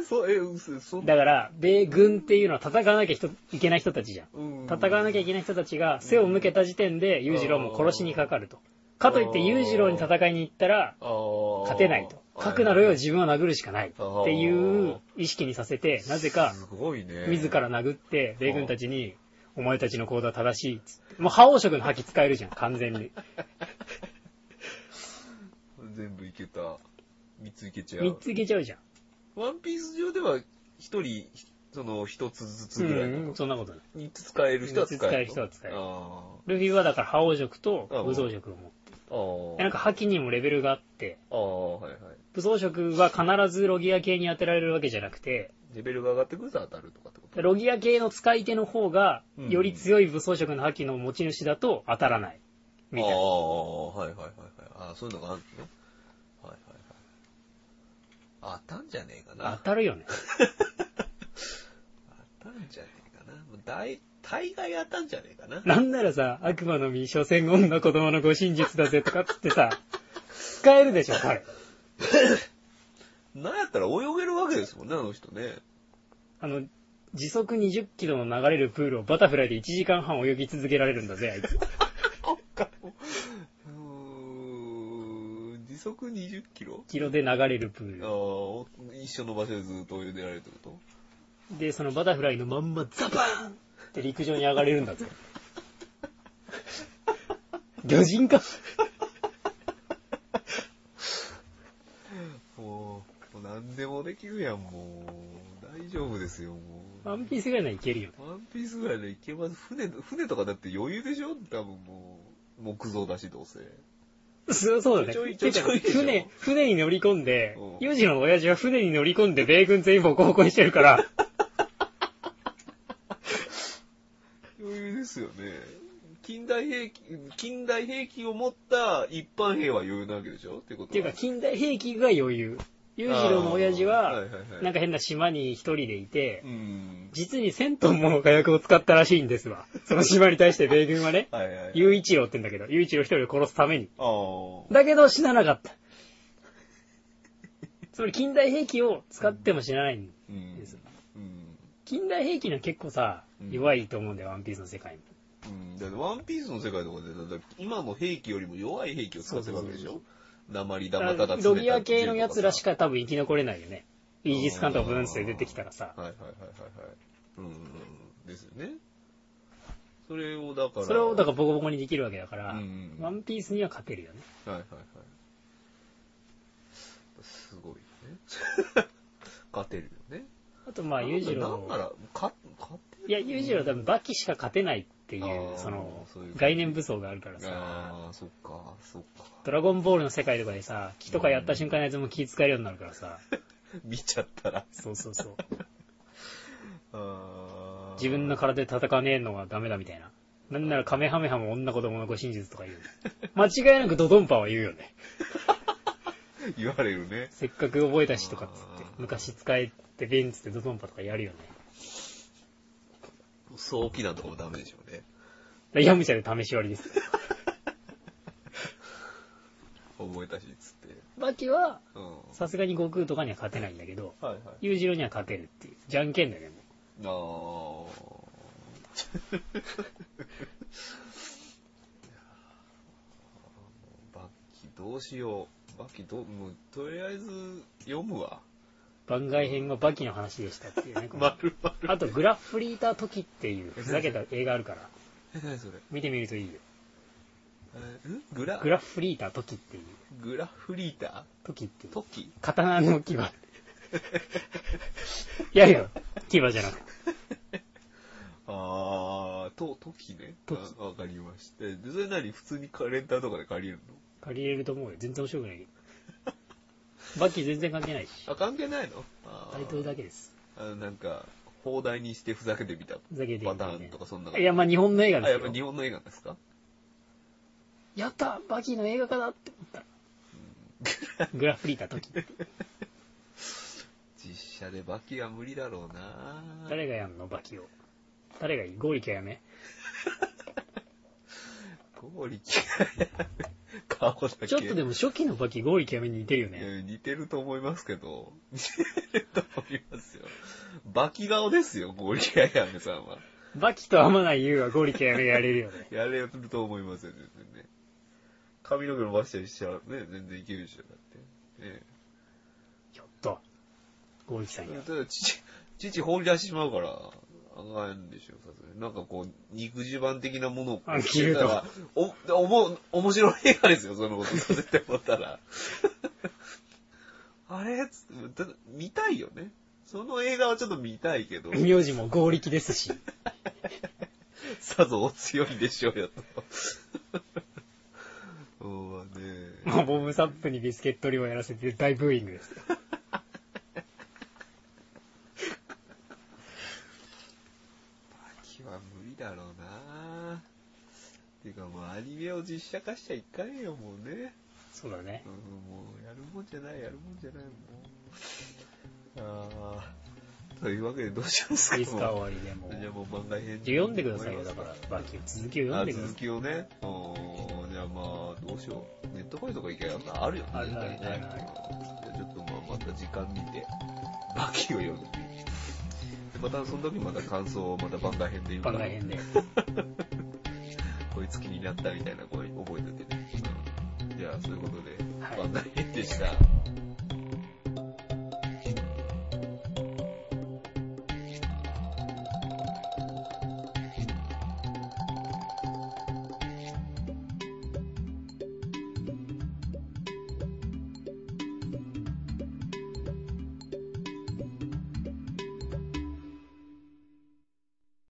え、そう、え、嘘、そんな
だから、米軍っていうのは戦わなきゃ人いけない人たちじゃん。
うん
戦わなきゃいけない人たちが背を向けた時点で裕次郎も殺しにかかると。かといって裕次郎に戦いに行ったら
あー
勝てないと。かくなるよ
す
自分は殴るしかないっていう意識にさせて、なぜか
ごいね。
自。ら殴って米軍たちに、お前たちの行動は正しいっつって。もう覇王色の覇気使えるじゃん、完全に。
全部いけた。三ついけちゃ
三
う。
ついけちゃうじゃん。
ワンピース上では、一人、その、一つずつ
う
ぐらいの。
ん、そんなことない。
三つ使える人は使えるの。
三つ使える人は使える
あ
ルフィはだから覇王色と武装色を持って
ーあ
で。なん
か、
か覇気にもレベルがあって、
ああ、はいはい。
武装色は必ずロギア系に当てられるわけじゃなくて、
レベルが上がってくると当たるとかってこと
ロギア系の使い手の方が、
うん
より強い武装色の覇気の持ち主だと当たらない。みたい
ああ、
な。
はいはいはいはい。ああ、そういうのがあるのね。はいはいはい。当たんじゃねえか
当
な。
たるよね。
当たんじゃねえかな。もう大、大概当たんじゃねえかな。
なんならさ、悪魔の実、所詮女子供の護身術だぜとかっつってさ、使えるでしょ、彼。
なんやったら泳げるわけですもんね、あの人ね。
あの、時速20キロの流れるプールをバタフライで1時間半泳ぎ続けられるんだぜ、あいつ。
うーん、時速20キロ
キロで流れるプー
あ
ル。
あ、一緒の場所でずっと泳いでられるってこ
で、そのバタフライのまんまザバーンって陸上に上がれるんだぜ。 魚人か
ともう、もう何でもできるやん、もう。大丈夫ですよ、もう。
ワンピースぐらいならいけるよね。
ワンピースぐらいでいけます。船、船とかだって余裕でしょ多分もう、木造だし、どうせ。
そうそうだね。
ちょいちょいちょいでしょ
船、船に乗り込んで
うん、
ユージの親父は船に乗り込んで米軍全員ボコボコにしてるから、
余裕ですよね。近代兵器、近代兵器を持った一般兵は余裕なわけでしょってことは
っていうか近代兵器が余裕。裕次郎の親父
あーは
は
は
い
いは、い
なんか変な島に一人でいて
う、ん。、
実に1000トンもの火薬を使ったらしいんですわ。その島に対して米軍はね
はいはい。
雄一郎って言うんだけど、雄一郎一人を殺すために。
ああ。
だけど死ななかった。つまり近代兵器を使っても死なないん
うん
です。
うん。
近代兵器の結構さ
うん、
弱いと思うんだよ、ワンピースの世界も。
うん。だってワンピースの世界とかで、だって今の兵器よりも弱い兵器を使ってるわけでし
そう
ょ鉛玉ただ詰めた
ロギア系のやつらし
か。
か多分生き残れないよね。イージス艦とかブンスで出てきたらさ。
はいはいはいはいはい。うんうんうん。ですよね。それをだから。
それをだからボコボコにできるわけだから、
うんうん
ワンピースには勝てるよね。
はいはいはい。すごいね。 勝てるよね。
あとまあ、裕次
なんな
郎。
ら、か勝てる
いや、裕次郎多分バキしか勝てないってい
あ
う、
ー
その
そういうこ、と
概念武装があるからさ。
ああ、そっか、そっか。
ドラゴンボールの世界とかでさ、木とかやった瞬間のやつも気使えるようになるからさ。
見ちゃったら。
そうそうそう。
あー
自分の。体で戦わねえのはダメだみたいな。なんならカメハメハも女子供の護身術とか言 う。間違いなくドドンパは言うよね。
言われるね。
せっかく覚えたしとかっつって、昔使えてベンツでドドンパとかやるよ
早期なんとかもダメでしょうね。
ね。ヤムチャで試し割りです。
覚えたし、つって。
バキは、
うん。
さすがに悟空とかには勝てないんだけど、
はいはい。
裕次郎には勝てるっていう。じゃんけんだよね、も
あーバッキどうしよう。バッキどう、もう、とりあえず読むわ。
う番外編がバキの話でしたってい うね。この
まるまる。
あと、グラ フリーター時っていうふざけた映画あるから、
え、何それ。
見てみるといいよ。
ええんグラ、
グラフリータ時っていう。
グラフリータ
時っていう。
トキ
刀の牙。い やいや、牙じゃなくて。
あー、と、トキね。
トキ
あわかりました。で、それ何普通にレンターとかで借りれる
借りれると思うよ。全然面白くないけど。バッキー全然関係ないし。
のあ、関係ないのあー
タイトルだけです。
あの、なんか、放題にしてふざけてみた
ふざけてみた
パ
ね
ターンとかそんなの
いや、まあ日本の映画
あ、
です
やっ
よ。
ぱ日本の映画なんですか
やったバキの映画化だって思ったら。グラフリータ時。
実写でバキは無理だろうな
誰がやんのバキを。誰がいいゴーリキはやめ。
ゴーリキ顔だけ。
ちょっとでも初期のバキ、ゴーリキやめに似てるよね。
えー似てると思いますけど、似てると思いますよ。バキ顔ですよ、ゴリラヤメさんは。
バキと天内優はゴーリキやめやれるよ ね。
やれると思いますよ、全然ね。髪の毛伸ばしたりしたらね、全然いけるでしょ、だって。え
ひょっと。ゴーリキさん
え
や。
ただ、父、父放り出してしまうから、あかんでしょ、さすがに。なんかこう、肉襦袢的なものを
あ切ると
ら、お、おも、面白い映画ですよ、そのことさせてもらったら。 あれつってただ見たいよね。その映画はちょっと見たいけど。
名字もゴーリキですし。
さぞお強いでしょうよと。 そうは
まあ、
ね。
ボブサップにビスケットリをやらせて大ブーイングです。
秋は無理だろうなていうかもうアニメを実写化しちゃいかんよ、もうね。
そうだね
う。ん、もうやるもんじゃない、やるもんじゃない、もう。ああ。というわけでどうしますか
いいスタ
も
終わりでも
うじゃあ
う。
もう漫画編
読んでくださいよ、だから。バキを。続きを読ん
あ
でくださ
続
い。
きをね。うんじゃあまあ、どうしよう。ネットファイとか行けばあるよね。
ある
絶
ある
対ね
ある
じゃあちょっとまあ、また時間見て、バキを読む。でまたその時また感想をまた番外編で言うか
番
ら、
外編で。
こいつ気になったみたいな声覚えておいてね。うんじゃあ、そういうことで、
はい
番外編でした。